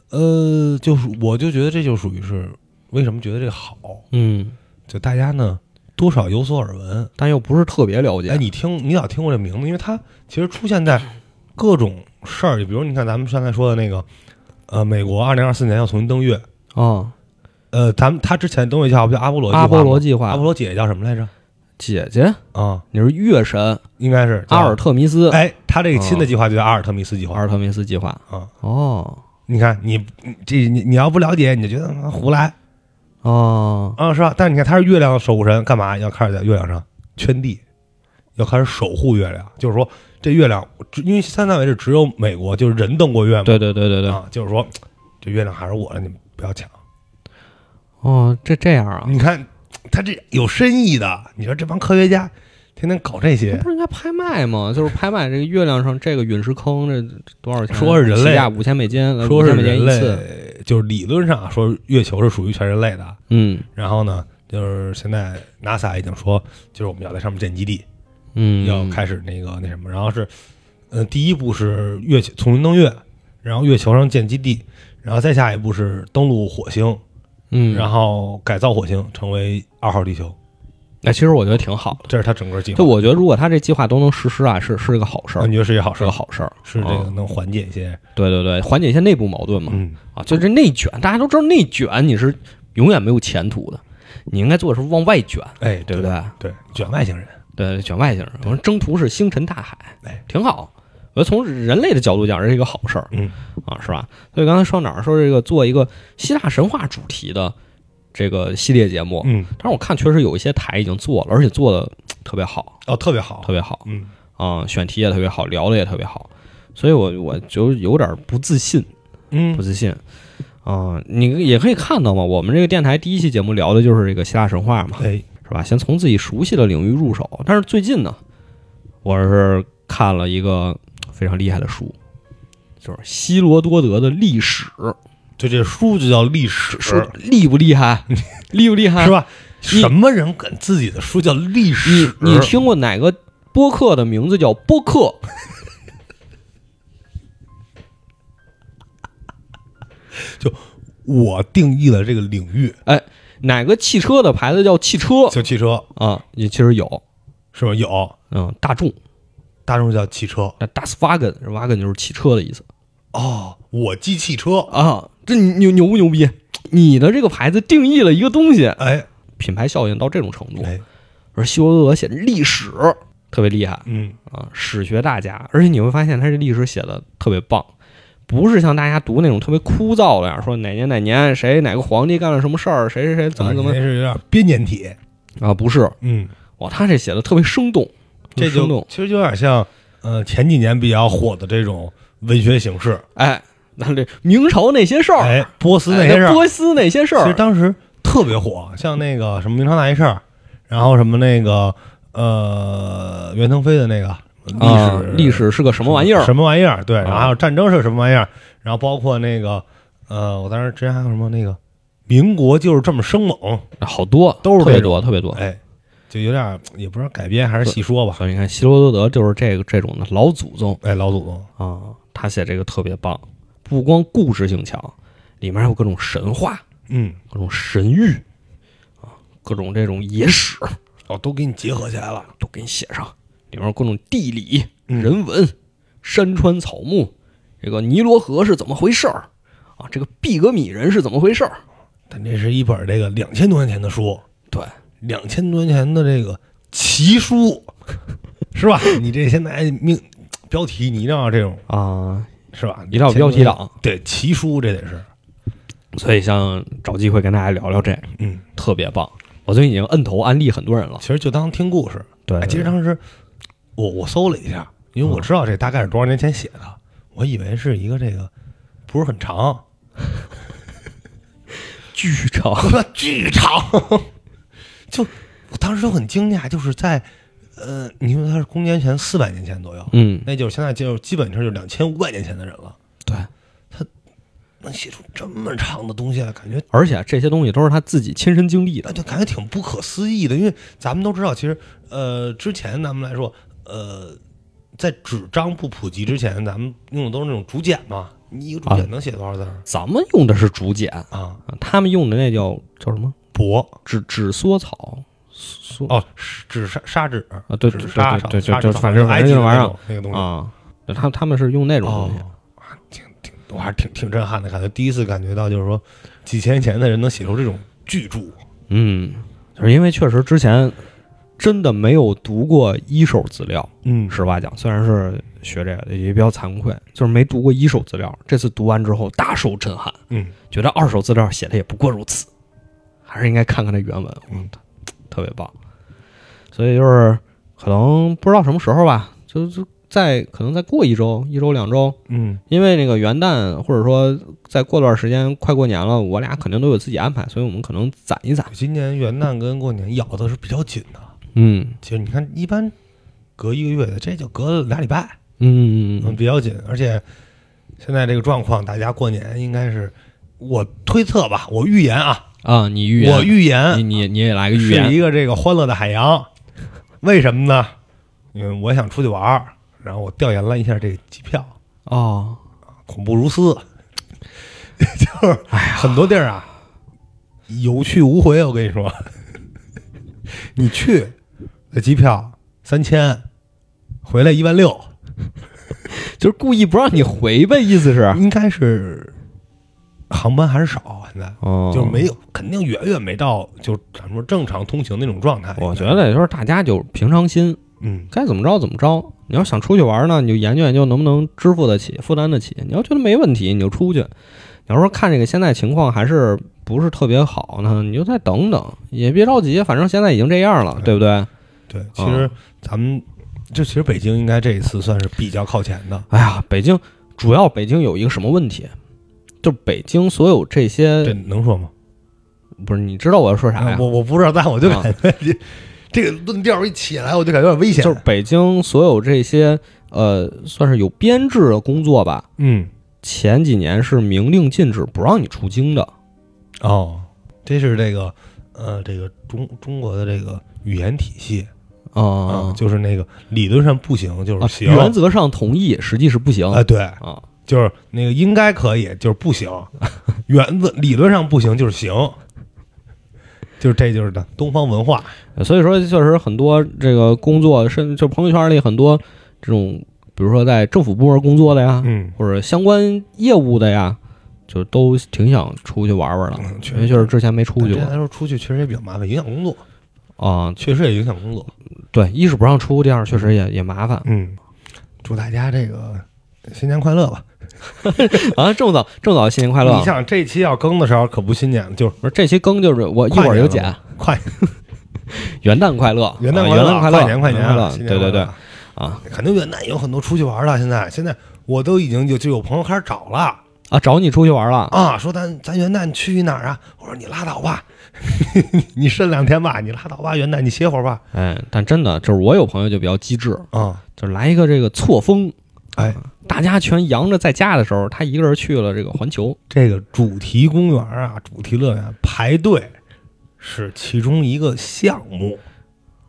B: 呃，就是我就觉得这就属于是为什么觉得这个好，
A: 嗯，
B: 就大家呢多少有所耳闻。
A: 但又不是特别了解。
B: 哎，你听，你老听过这名字，因为它其实出现在各种事儿里，比如你看咱们刚才说的那个，呃，美国二零二四年要重新登月，
A: 啊，
B: 呃，咱们他之前登月计划不叫阿波罗计划
A: 阿
B: 吗
A: 波罗计划，
B: 阿波罗姐姐叫什么来着？
A: 姐姐，
B: 啊，
A: 你是月神
B: 应该是叫
A: 阿尔特弥嗯斯，
B: 哎，他这个新的计划就叫阿尔特弥斯计
A: 阿
B: 划
A: 尔特弥斯计划。
B: 啊。
A: 哦
B: 你看，你你这你你要不了解，你就觉得妈啊胡来
A: 哦
B: 啊，是吧？但是你看，他是月亮的守护神，干嘛要开始在月亮上圈地，要开始守护月亮？就是说，这月亮，只因为现在为止只有美国就是人登过月嘛，
A: 对对对对对，
B: 啊，就是说这月亮还是我的，你们不要抢。
A: 哦，这这样啊，
B: 你看他这有深意的，你说这帮科学家天天搞这些
A: 那，不是应该拍卖吗？就是拍卖这个月亮上这个陨石坑，这多少钱？
B: 说是人类
A: 起价五千美金，呃
B: 说是
A: 5000美金
B: 人
A: 一次。
B: 类，就是理论上啊说月球是属于全人类的，
A: 嗯
B: 然后呢，就是现在 NASA 已经说，就是我们要在上面建基地，
A: 嗯，
B: 要开始那个那什么，然后是，呃，第一步是月球重新登月，然后月球上建基地，然后再下一步是登陆火星，
A: 嗯，
B: 然
A: 后
B: 后改造火星成为二号地球，
A: 哎，其实我觉得挺好的。
B: 这是他整个计
A: 就
B: 划。
A: 我觉得，如果他这计划都能实施啊，是是个好事
B: 啊
A: 儿
B: 你，觉得是一个好事
A: 是
B: 儿
A: 个，好事儿。
B: 是这个
A: 啊
B: 能缓解一些，
A: 对对对，缓解一些内部矛盾嘛。
B: 嗯，
A: 啊，就是内卷，大家都知道内卷你是永远没有前途的，你应该做的是往外卷，
B: 哎，
A: 对不
B: 对？
A: 对？
B: 对，卷外星人，
A: 对，卷外星人，我们征途是星辰大海，
B: 哎，
A: 挺好。我觉得从人类的角度讲，这是一个好事儿
B: 嗯
A: 啊，是吧？所以刚才说哪儿说这个做一个希腊神话主题的这个系列节目，
B: 嗯，
A: 但是我看确实有一些台已经做了，而且做的特别好，
B: 哦，特别好，
A: 特别好
B: 嗯，
A: 啊、选题也特别好，聊的也特别好，所以我我就有点不自信，
B: 嗯
A: 不自信。啊、你也可以看到嘛，我们这个电台第一期节目聊的就是这个希腊神话嘛，
B: 哎，
A: 是吧？先从自己熟悉的领域入手。但是最近呢，我是看了一个非常厉害的书，就是希罗多德的历史。
B: 就这书就叫历史，
A: 书厉不厉害？厉不厉害？
B: 是吧？
A: 你
B: 什么人管自己的书叫历史？
A: 你你听过哪个播客的名字叫播客？
B: 我定义了这个领域，
A: 哪个汽车的牌子叫汽车
B: 就汽车
A: 啊？也其实有，
B: 是吧？有
A: 嗯，大众，
B: 大众叫汽车
A: 那 Das Wagen，Wagen 就是汽车的意思
B: 哦，我记汽车，
A: 啊。这牛牛不牛逼？你的这个牌子定义了一个东西，
B: 哎
A: 品牌效应到这种程度。
B: 哎，
A: 而希罗多德写的历史特别厉害
B: 嗯
A: 啊，史学大家，而且你会发现他这历史写的特别棒，不是像大家读那种特别枯燥的呀，说哪年哪年谁哪个皇帝干了什么事儿，谁谁谁怎么怎
B: 啊
A: 么
B: 你那是有点编年体，
A: 啊，不是，
B: 嗯，
A: 哇，他这写的特别生动，
B: 这
A: 生
B: 就
A: 动，
B: 其实就有点像呃前几年比较火的这种文学形式，
A: 哎，那这明朝那些事儿，
B: 哎，波斯那
A: 哎
B: 些事儿，
A: 波斯那些事
B: 其实
A: 儿，
B: 当时特别火，像那个什么明朝那一事儿，然后什么那个呃袁腾飞的那个
A: 啊，
B: 历史
A: 历史是个什么玩意儿？
B: 什么玩意儿？对，
A: 啊
B: 然后还有战争是什么玩意儿？然后包括那个，呃，我当时之前还有什么那个，民国就是这么生猛，
A: 好多，
B: 都是
A: 特别
B: 这种
A: 多，特别多。
B: 哎，就有点儿也不知道改编还是细说吧。
A: 所以你看，希罗多德就是这个这种的老祖宗
B: 哎，老祖宗，
A: 啊，他写这个特别棒，不光故事性强，里面还有各种神话、
B: 嗯，
A: 各种神域啊，各种这种野史
B: 哦，都给你结合起来了。
A: 都给你写上，里面有各种地理、
B: 嗯
A: 人文、山川草木，这个尼罗河是怎么回事儿啊？这个毕格米人是怎么回事儿？
B: 但这是一本这个两千多年前的书，
A: 对，
B: 两千多年前的这个奇书， 是吧？你这现在命标题你一定要这种，
A: 啊，
B: 是吧？
A: 一定要标题党。
B: 对奇书，这得是，
A: 所以想找机会跟大家聊聊这个，
B: 嗯，
A: 特别棒。我最近已经摁头安利很多人了。
B: 其实就当听故事。
A: 对
B: 哎，其实当时我我搜了一下，因为我知道这大概是多少年前写的，我以为是一个这个不是很长，
A: 剧场
B: 巨长，就我当时就很惊讶，就是在呃，你说它是公元前四百年前左右，
A: 嗯，
B: 那就是现在就基本上就两千五百年前的人了，
A: 对，
B: 能写出这么长的东西来，感觉
A: 而且啊这些东西都是他自己亲身经历
B: 哎，
A: 的。
B: 对，感觉挺不可思议的，因为咱们都知道，其实呃，之前咱们来说，呃，在纸张不普及之前，咱们用的都是那种竹简嘛，你一个竹
A: 啊
B: 简能写多少字儿
A: 咱们用的是竹简，
B: 啊？
A: 啊他们用的那叫叫什么？
B: 帛
A: 纸纸梭草，梭
B: 哦，是纸砂砂纸
A: 啊，对
B: 纸
A: 对
B: 砂
A: 对
B: 上
A: 对
B: 砂
A: 对，
B: 纸
A: 就
B: 上
A: 反正
B: 埃
A: 反正
B: 及
A: 哎这
B: 的
A: 玩意
B: 那
A: 儿
B: 种那个东西，
A: 啊，对他他们是用那种东西
B: 哦。啊挺挺，我还是挺挺震撼的，感觉第一次感觉到就是说几千年前的人能写出这种巨著，
A: 嗯，就是因为确实之前真的没有读过一手资料，
B: 嗯
A: 实话讲，虽然是学这个也比较惭愧，就是没读过一手资料。这次读完之后大受震撼，
B: 嗯，
A: 觉得二手资料写的也不过如此，还是应该看看这原文，
B: 嗯
A: 特特别棒。所以就是可能不知道什么时候吧，就就再可能再过一周、一周两周，
B: 嗯
A: 因为那个元旦或者说再过段时间快过年了，我俩肯定都有自己安排，所以我们可能攒一攒。
B: 今年元旦跟过年咬的是比较紧的。
A: 嗯
B: 其实你看，一般隔一个月的，这就隔俩礼拜，
A: 嗯
B: 嗯，比较紧。而且现在这个状况，大家过年应该是我推测吧，我预言啊，
A: 啊，你预言，
B: 我预言
A: 你你你也来个预
B: 是
A: 言
B: 一个这个欢乐的海洋。为什么呢？因为我想出去玩儿，然后我调研了一下这个机票，
A: 哦，
B: 恐怖如斯， 就是很多地儿啊，有去无回。我跟你 说，你去那机票三千，回来一万六，
A: 就是故意不让你回呗，意思是？
B: 应该是航班还是少，啊现在
A: 哦，
B: 就是没有，肯定远远没到就咱们说正常通行那种状态。
A: 我觉，得也就是大家就平常心，
B: 嗯，
A: 该怎么着怎么着。你要想出去玩呢，你就研究研究能不能支付得起、负担得起。你要觉得没问题，你就出去。你要说看这个现在情况还是不是特别好呢，你就再等等，也别着急，反正现在已经这样了，对不对？
B: 对，其实咱们就其实北京应该这一次算是比较靠前的，
A: 哎呀，北京主要北京有一个什么问题？就北京所有这
B: 这
A: 些，
B: 能说吗？
A: 不是你知道我要说哎啥呀？啊
B: 我我不知道，但我就感觉 这、这个论调一起来，我就感觉有点危险。
A: 就是北京所有这些呃，算是有编制的工作吧，
B: 嗯，
A: 前几年是明令禁止不让你出京的。
B: 哦，这是这个呃，这个中中国的这个语言体系啊、
A: 啊，
B: 就是那个理论上不行，就是
A: 啊
B: 哦行。
A: 原则上同意，实际是不行
B: 啊、对，
A: 啊。
B: 就是那个应该可以，就是不行。 原则理论上不行，就是行。就是这就是的东方文化，
A: 啊所以说，确实很多这个工作，甚就朋友圈里很多这种，比如说在政府部门工作的呀，
B: 嗯，
A: 或者相关业务的呀，就都挺想出去玩玩的，
B: 嗯确
A: 因为确实之前没出去
B: 但这
A: 过
B: 来说出去确实也比较麻烦，影响工作，
A: 啊。
B: 确实也影响工作。
A: 对，一是不让出，第二确实也也麻烦
B: 嗯，祝大家这个新年快乐吧！
A: 啊。这么早，这么早，新年快乐！
B: 你想这期要更的时候可不新年了，就是
A: 不是这期更就是我一会儿就剪，
B: 快
A: 元旦快乐，
B: 元
A: 啊
B: 旦
A: 元旦
B: 快
A: 乐，
B: 快年快年
A: 元旦快乐，
B: 新年
A: 对对
B: 快
A: 对
B: 乐，
A: 啊
B: 肯定元旦有很多出去玩了。现在现在我都已经有就有朋友开始找了
A: 啊，找你出去玩了，
B: 啊，说咱咱元旦去哪儿啊？我说你拉倒吧， 你剩两天吧，你拉倒吧，元旦你歇会儿吧。
A: 哎，但真的就是我有朋友就比较机智，
B: 啊，
A: 就来一个这个错峰，啊
B: 哎，
A: 大家全扬着在家的时候，他一个人去了这个环球，
B: 这个主题公园啊，主题乐园排队是其中一个项目，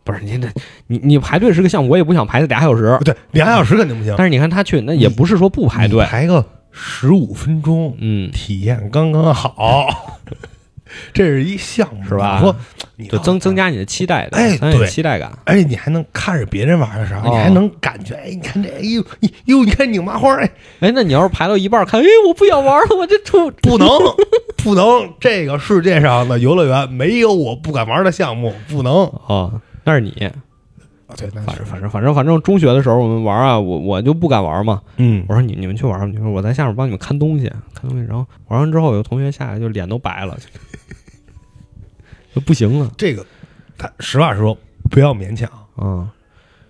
A: 不是你这你你排队是个项目，我也不想排那俩小 时。
B: 对，俩小时肯定不行，
A: 但是你看他去，那也不是说不排队
B: 你，排个十五分钟，
A: 嗯，
B: 体验刚刚 好。这是一项目，
A: 是吧
B: 你说你
A: 就
B: 要
A: 增增加你的期待的，
B: 哎
A: 增加你的
B: 对
A: 期待感。
B: 而且你还能看着别人玩的时候，
A: 哦
B: 你还能感觉，哎，你看这，哎呦，哎呦，你看拧麻花，哎，
A: 哎，那你要是排到一半儿看，哎，我不想玩了，我这出
B: 不能， 不能，这个世界上的游乐园没有我不敢玩的项目，不能。
A: 哦，那是你。
B: 啊，对，那
A: 反正反正反正反正中学的时候我们玩啊，我我就不敢玩嘛。
B: 嗯，
A: 我说你你们去玩吧，你们我在下面帮你们看东西，看东西。然后玩完之后，有同学下来就 脸都白了，就不行了
B: 这个，他实话实说，不要勉强，
A: 啊、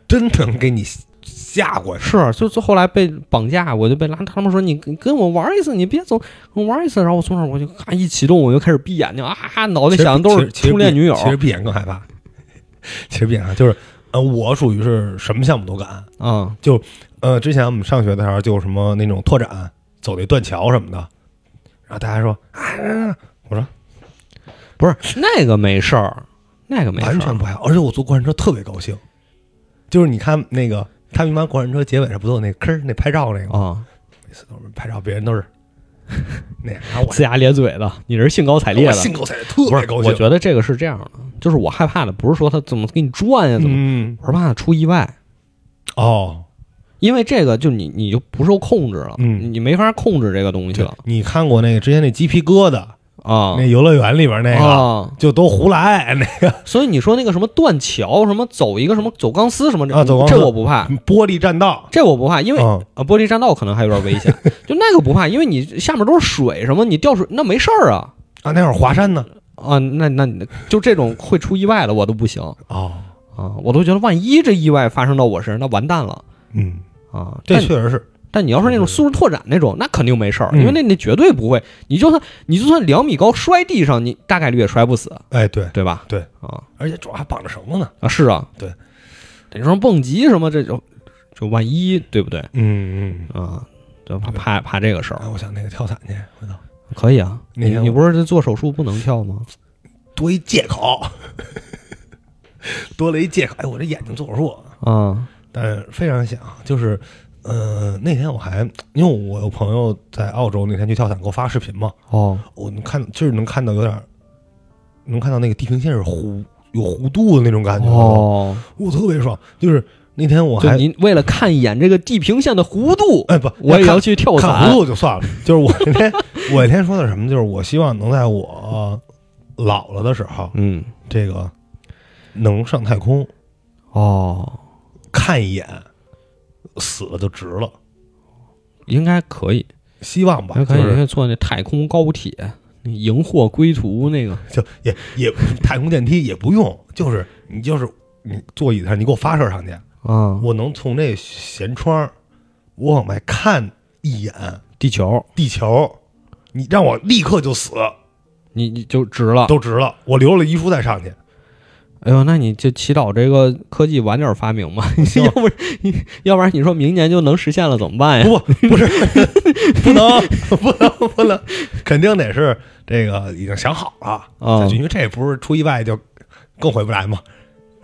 B: 真能给你吓过去。
A: 是，就就后来被绑架，我就被拉。他们说你你跟我玩一次，你别总跟我玩一次。然后我从那儿我就咔一启动，我就开始闭眼睛啊，脑袋
B: 其实
A: 想的都
B: 其
A: 是
B: 实其实
A: 初恋女友
B: 闭其实闭眼更害怕。 其实闭眼啊就是，呃，我属于是什么项目都敢。
A: 啊
B: 呃，之前我们上学的时候，就有什么那种拓展，走那断桥什么的，然后大家说
A: 不是那个没事儿，那个没事
B: 完全
A: 儿
B: 不害怕，而且我坐过山车特别高兴。就是你看那个，他们一般过山车结尾上不都有那坑儿那拍照那个吗？
A: 啊，
B: 每次都是拍照，别人 都是那样，然后我
A: 龇牙咧嘴的，你这是兴高采烈
B: 我
A: 的。
B: 兴高采烈，特
A: 不
B: 别
A: 是，
B: 高
A: 我
B: 兴。
A: 觉得这个是这样的，就是我害怕的不是说他怎么给你转呀、怎么，
B: 嗯，
A: 我是怕出意外，
B: 哦，
A: 因为这个就你你就不受控制了，
B: 嗯
A: 你没法控制这个东西
B: 对
A: 了，
B: 你看过那个之前那鸡皮疙瘩，
A: 啊
B: 那。游乐园里边那个，
A: 啊，
B: 就都胡来，那
A: 所以你说那个什么断桥，什么走一个什么走钢丝什么这，
B: 啊走钢丝
A: 这我不怕，
B: 玻璃栈道，
A: 这我不怕，因为、
B: 嗯，
A: 啊玻璃栈道可能还有点危 险，就那个不怕，因为你下面都是水什么，你掉水那没事儿啊
B: 啊，那会儿华山呢，
A: 啊，那那你就这种会出意外的我都不行
B: 哦，
A: 啊，我都觉得万一这意外发生到我身上，那完蛋了
B: 嗯，
A: 啊，
B: 这
A: 但
B: 确实是，
A: 但你要是那种速度拓展那种，那肯定没事儿，
B: 嗯
A: 因为那那绝对不会。你就算你就算两米高摔地上，你大概率也摔不死，
B: 哎，对，
A: 对吧？
B: 对
A: 啊
B: 而且主要还绑着绳子呢，
A: 啊是啊，
B: 对。
A: 你说蹦极什么这就就万一对不对
B: 嗯
A: 啊？就怕
B: 对
A: 怕怕这个事儿
B: 哎，，我想那个跳伞去，回头
A: 可以啊。
B: 那
A: 你
B: 天
A: 你
B: 我
A: 不是这做手术不能跳吗？
B: 多一借口，多了一借口，哎，我这眼睛做手术，
A: 啊
B: 但是非常想，就是，呃，那天我还因为我有朋友在澳洲那天去跳伞给我发视频嘛，
A: 哦
B: 我能看就是能看到有点儿，能看到那个地平线是弧有弧度的那种感觉，
A: 哦，
B: 我特别爽。就是那天我
A: 就
B: 还
A: 您为了看一眼这个地平线的弧度，
B: 哎不，
A: 我也
B: 看
A: 要去跳
B: 看
A: 伞
B: 弧度就算了，就是我那天我那天说的什么，就是我希望能在我老了的时候，
A: 嗯
B: 这个能上太空
A: 哦，
B: 看一眼，死了就值了，
A: 应该可以，
B: 希望吧，
A: 还可
B: 就
A: 以，可
B: 是
A: 以坐那太空高铁，那荧惑归途那个。
B: 就也也太空电梯也不用，就是你就是你座椅上你给我发射上去。
A: 啊，
B: 我能从这舷窗，我往外看一眼
A: 地球，
B: 地球，你让我立刻就死
A: 你你就值了。
B: 都值了，我留了遗书再上去。
A: 哎呦，那你就祈祷这个科技晚点发明吧， 要不然要不然你说明年就能实现了怎么办呀？
B: 不不不是，不能不能不能， 肯定得是这个已经想好了，
A: 啊
B: 因为这不是出意外就更回不来嘛，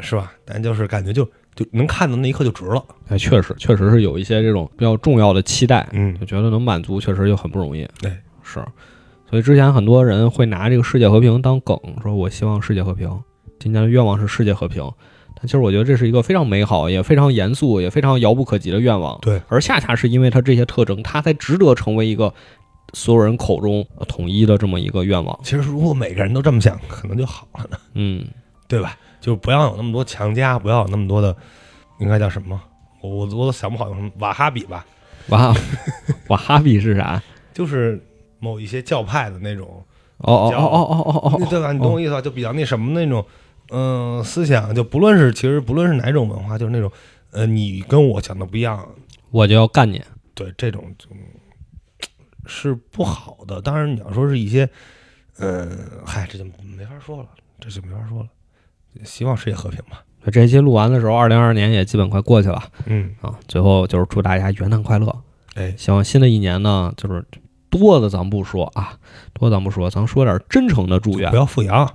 B: 是吧？咱就是感觉就就能看到那一刻就值了。
A: 哎，确实确实是有一些这种比较重要的期待，
B: 嗯
A: 就觉得能满足，确实就很不容易。
B: 对，
A: 是，所以之前很多人会拿这个世界和平当梗，说我希望世界和平，今年的愿望是世界和平。但其实我觉得这是一个非常美好，也非常严肃，也非常遥不可及的愿望。
B: 对，
A: 而恰恰是因为它这些特征，它才值得成为一个所有人口中呃统一的这么一个愿望。
B: 其实如果每个人都这么想，可能就好了呢。
A: 嗯，
B: 对吧？就是不要有那么多强加，不要有那么多的，应该叫什么？我我我都想不好有什么瓦哈比吧，
A: 哇，瓦哈比是啥？
B: 就是某一些教派的那种，
A: 哦哦哦哦哦
B: 那
A: 哦
B: 对吧？你懂我意思吧？就比较那什么那种，嗯、思想就不论是其实不论是哪种文化，就是那种，呃，你跟我想的不一样，
A: 哦，我就要干你。
B: 对这种就嗯是不好的。当然你要说是一些，嗯，嗨，这就没法说了，这就没法说了。希望世界和平吧。
A: 这一期录完的时候，二零二二年也基本快过去了
B: 嗯，
A: 啊。最后就是祝大家元旦快乐，
B: 哎，
A: 希望新的一年呢，就是多的咱不说啊，多咱不说，咱说点真诚的祝愿
B: 不。要富养，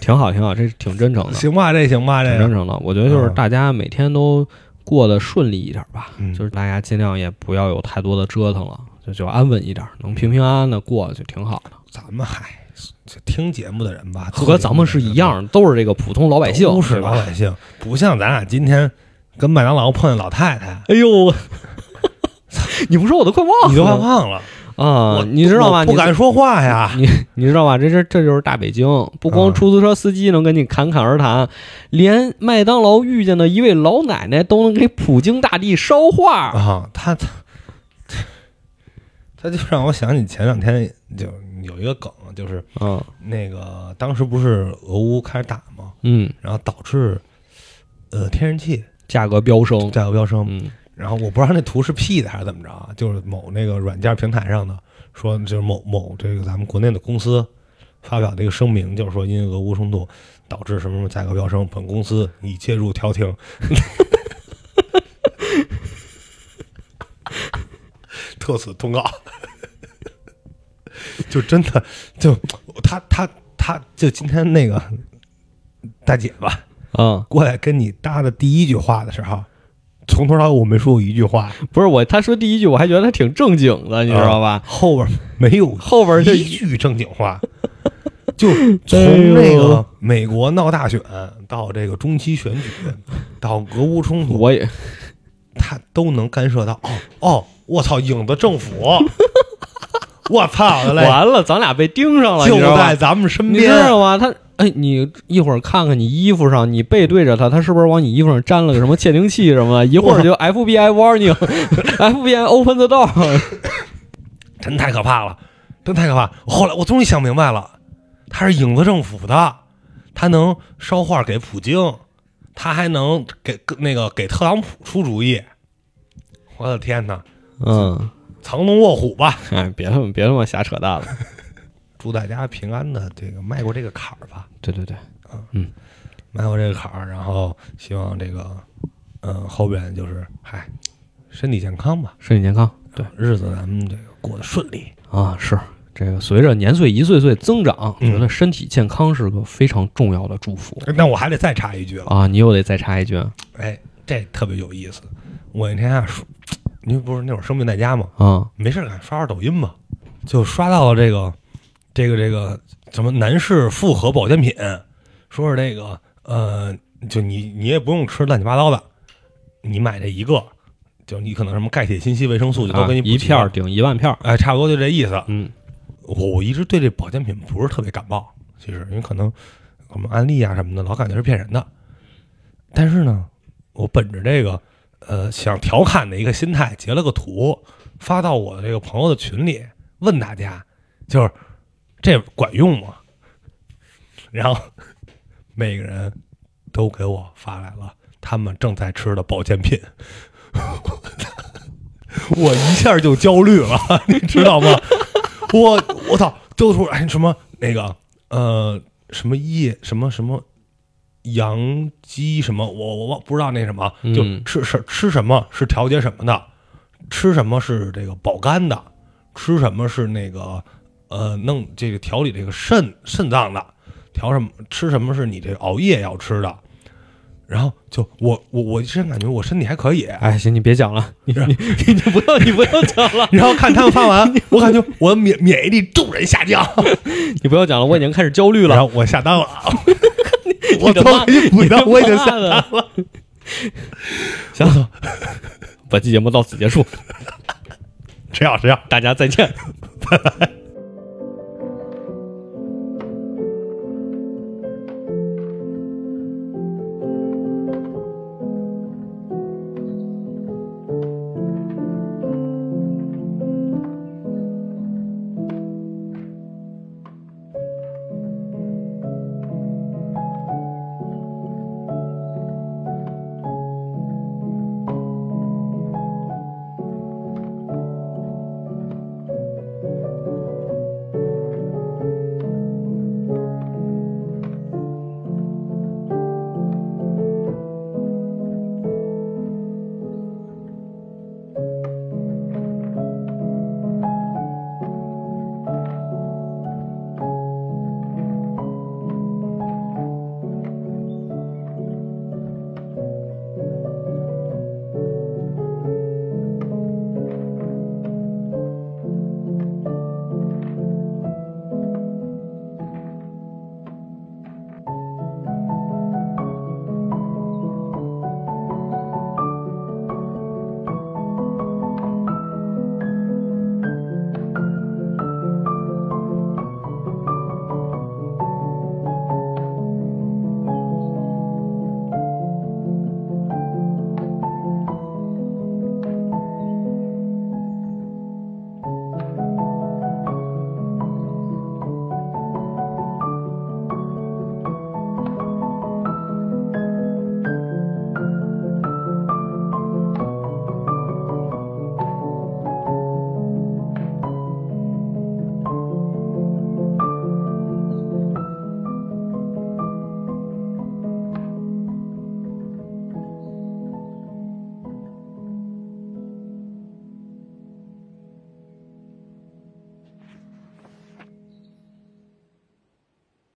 A: 挺好，挺好，这是挺真诚的，
B: 行吧，这行吧，
A: 挺
B: 这
A: 真
B: 个
A: 诚的。我觉得就是
B: 嗯
A: 大家每天都过得顺利一点吧，
B: 嗯
A: 就是大家尽量也不要有太多的折腾了，就就安稳一点，能平平安安的过就挺好的。
B: 咱们嗨，这听节目的人吧，
A: 和咱们是一
B: 的。
A: 样的，都是这个普通老百姓，
B: 都是
A: 对
B: 老
A: 吧？
B: 百姓，不像咱俩今天跟麦当劳碰见老太太，
A: 哎呦， 你不说我都快忘了，
B: 你都快忘了，
A: 啊
B: 我！
A: 你知道吗？
B: 我不敢说话呀，
A: 你知道吧？这这这就是大北京，不
B: 嗯
A: 光出租车司机能跟你侃侃而谈，连麦当劳遇见的一位老奶奶都能给普京大帝捎话。
B: 啊，他他他就让我想起前两天就有一个梗，就是
A: 嗯
B: 那个当时不是俄乌开始打吗？
A: 嗯，
B: 然后导致呃天然气
A: 价格飙升。
B: 价格飙升，
A: 嗯
B: 然后我不知道那图是 P 的还是怎么着啊，就是某那个软件平台上的说，就是某某这个咱们国内的公司发表的一个声明，就是说因俄乌冲突导致什么什么价格飙升，本公司已介入调停。 特此通告，就真的就他他他就今天那个大姐吧，
A: 啊、
B: 过来跟你搭的第一句话的时候，从头到尾我没说过一句话，
A: 不是我，他说第一句我还觉得他挺正经的，你知道吧？
B: 后边没有
A: 后边就
B: 一句正 经话，就
A: 哎
B: 从那个美国闹大选到这个中期选举，到俄乌冲突，
A: 我也
B: 他都能干涉到。哦哦，我操，影子政 府，我操的嘞，
A: 完了，咱俩被盯上了，你
B: 就
A: 知道吧
B: 在？咱们身
A: 你知
B: 边。
A: 道吗？他哎，你一会儿看看你衣服上，你背对着他，他是不是往你衣服上沾了个什么窃听器什么的？一会儿就 FBI warning，FBI open the door。
B: 真太可怕了，真太可怕！后来我终于想明白了，他是影子政府的，他能捎话给普京，他还能给那个给特朗普出主意。我的天哪，
A: 嗯，
B: 藏龙卧虎吧，
A: 哎，别他妈别他妈瞎扯淡了。
B: 祝大家平安的这个迈过这个坎儿吧，
A: 对对对，
B: 迈过这个坎儿，然后希望这个，嗯，后边就是嗨，身体健康吧，
A: 身体健康。对
B: 日子咱们这个过得顺利。
A: 啊，是这个随着年岁一岁岁增长，
B: 嗯
A: 觉得身体健康是个非常重要的祝福
B: 哎那我还得再插一句了。
A: 啊。你又得再插一句
B: 哎，这特别有意思。我那天啊，说，您不是那会儿生病在家吗？
A: 啊，
B: 没事儿干刷刷抖音吧，就刷到了这个，这个这个什么男士复合保健品，说是这个呃，就你你也不用吃乱七八糟的，你买这一个，就你可能什么钙、铁、锌、硒、维生素就都
A: 啊
B: 给你补齐
A: 一片儿
B: 了，
A: 顶一万片儿。
B: 哎，差不多就这意思。
A: 嗯
B: 我我一直对这保健品不是特别感冒，其实因为可能我们安利啊什么的，老感觉是骗人的。但是呢，我本着这个呃想调侃的一个心态，截了个图发到我的这个朋友的群里，问大家就是这管用吗？然后每个人都给我发来了他们正在吃的保健品。我一下就焦虑了，你知道吗？我我操，就说哎什么那个呃什么叶什么什么羊鸡什么，我我忘不知道那什么，就
A: 嗯
B: 吃什吃什么是调节什么的，吃什么是这个保肝的，吃什么是那个呃弄这个调理这个肾肾脏的，调什么吃什么是你这个熬夜要吃的。然后就我我我之前感觉我身体还可以，
A: 哎，行，你别讲了，你你你你不要你不要讲了，
B: 然后看他们发 完，我感觉我的免免疫力骤然下降，
A: 你不要讲了，我已经开始焦虑了
B: 然。后我下单了，我
A: 你的妈
B: 都给你 补到，我已经下
A: 下了。行 了，本期节目到此结束，
B: 吃药吃药。
A: 大家再见。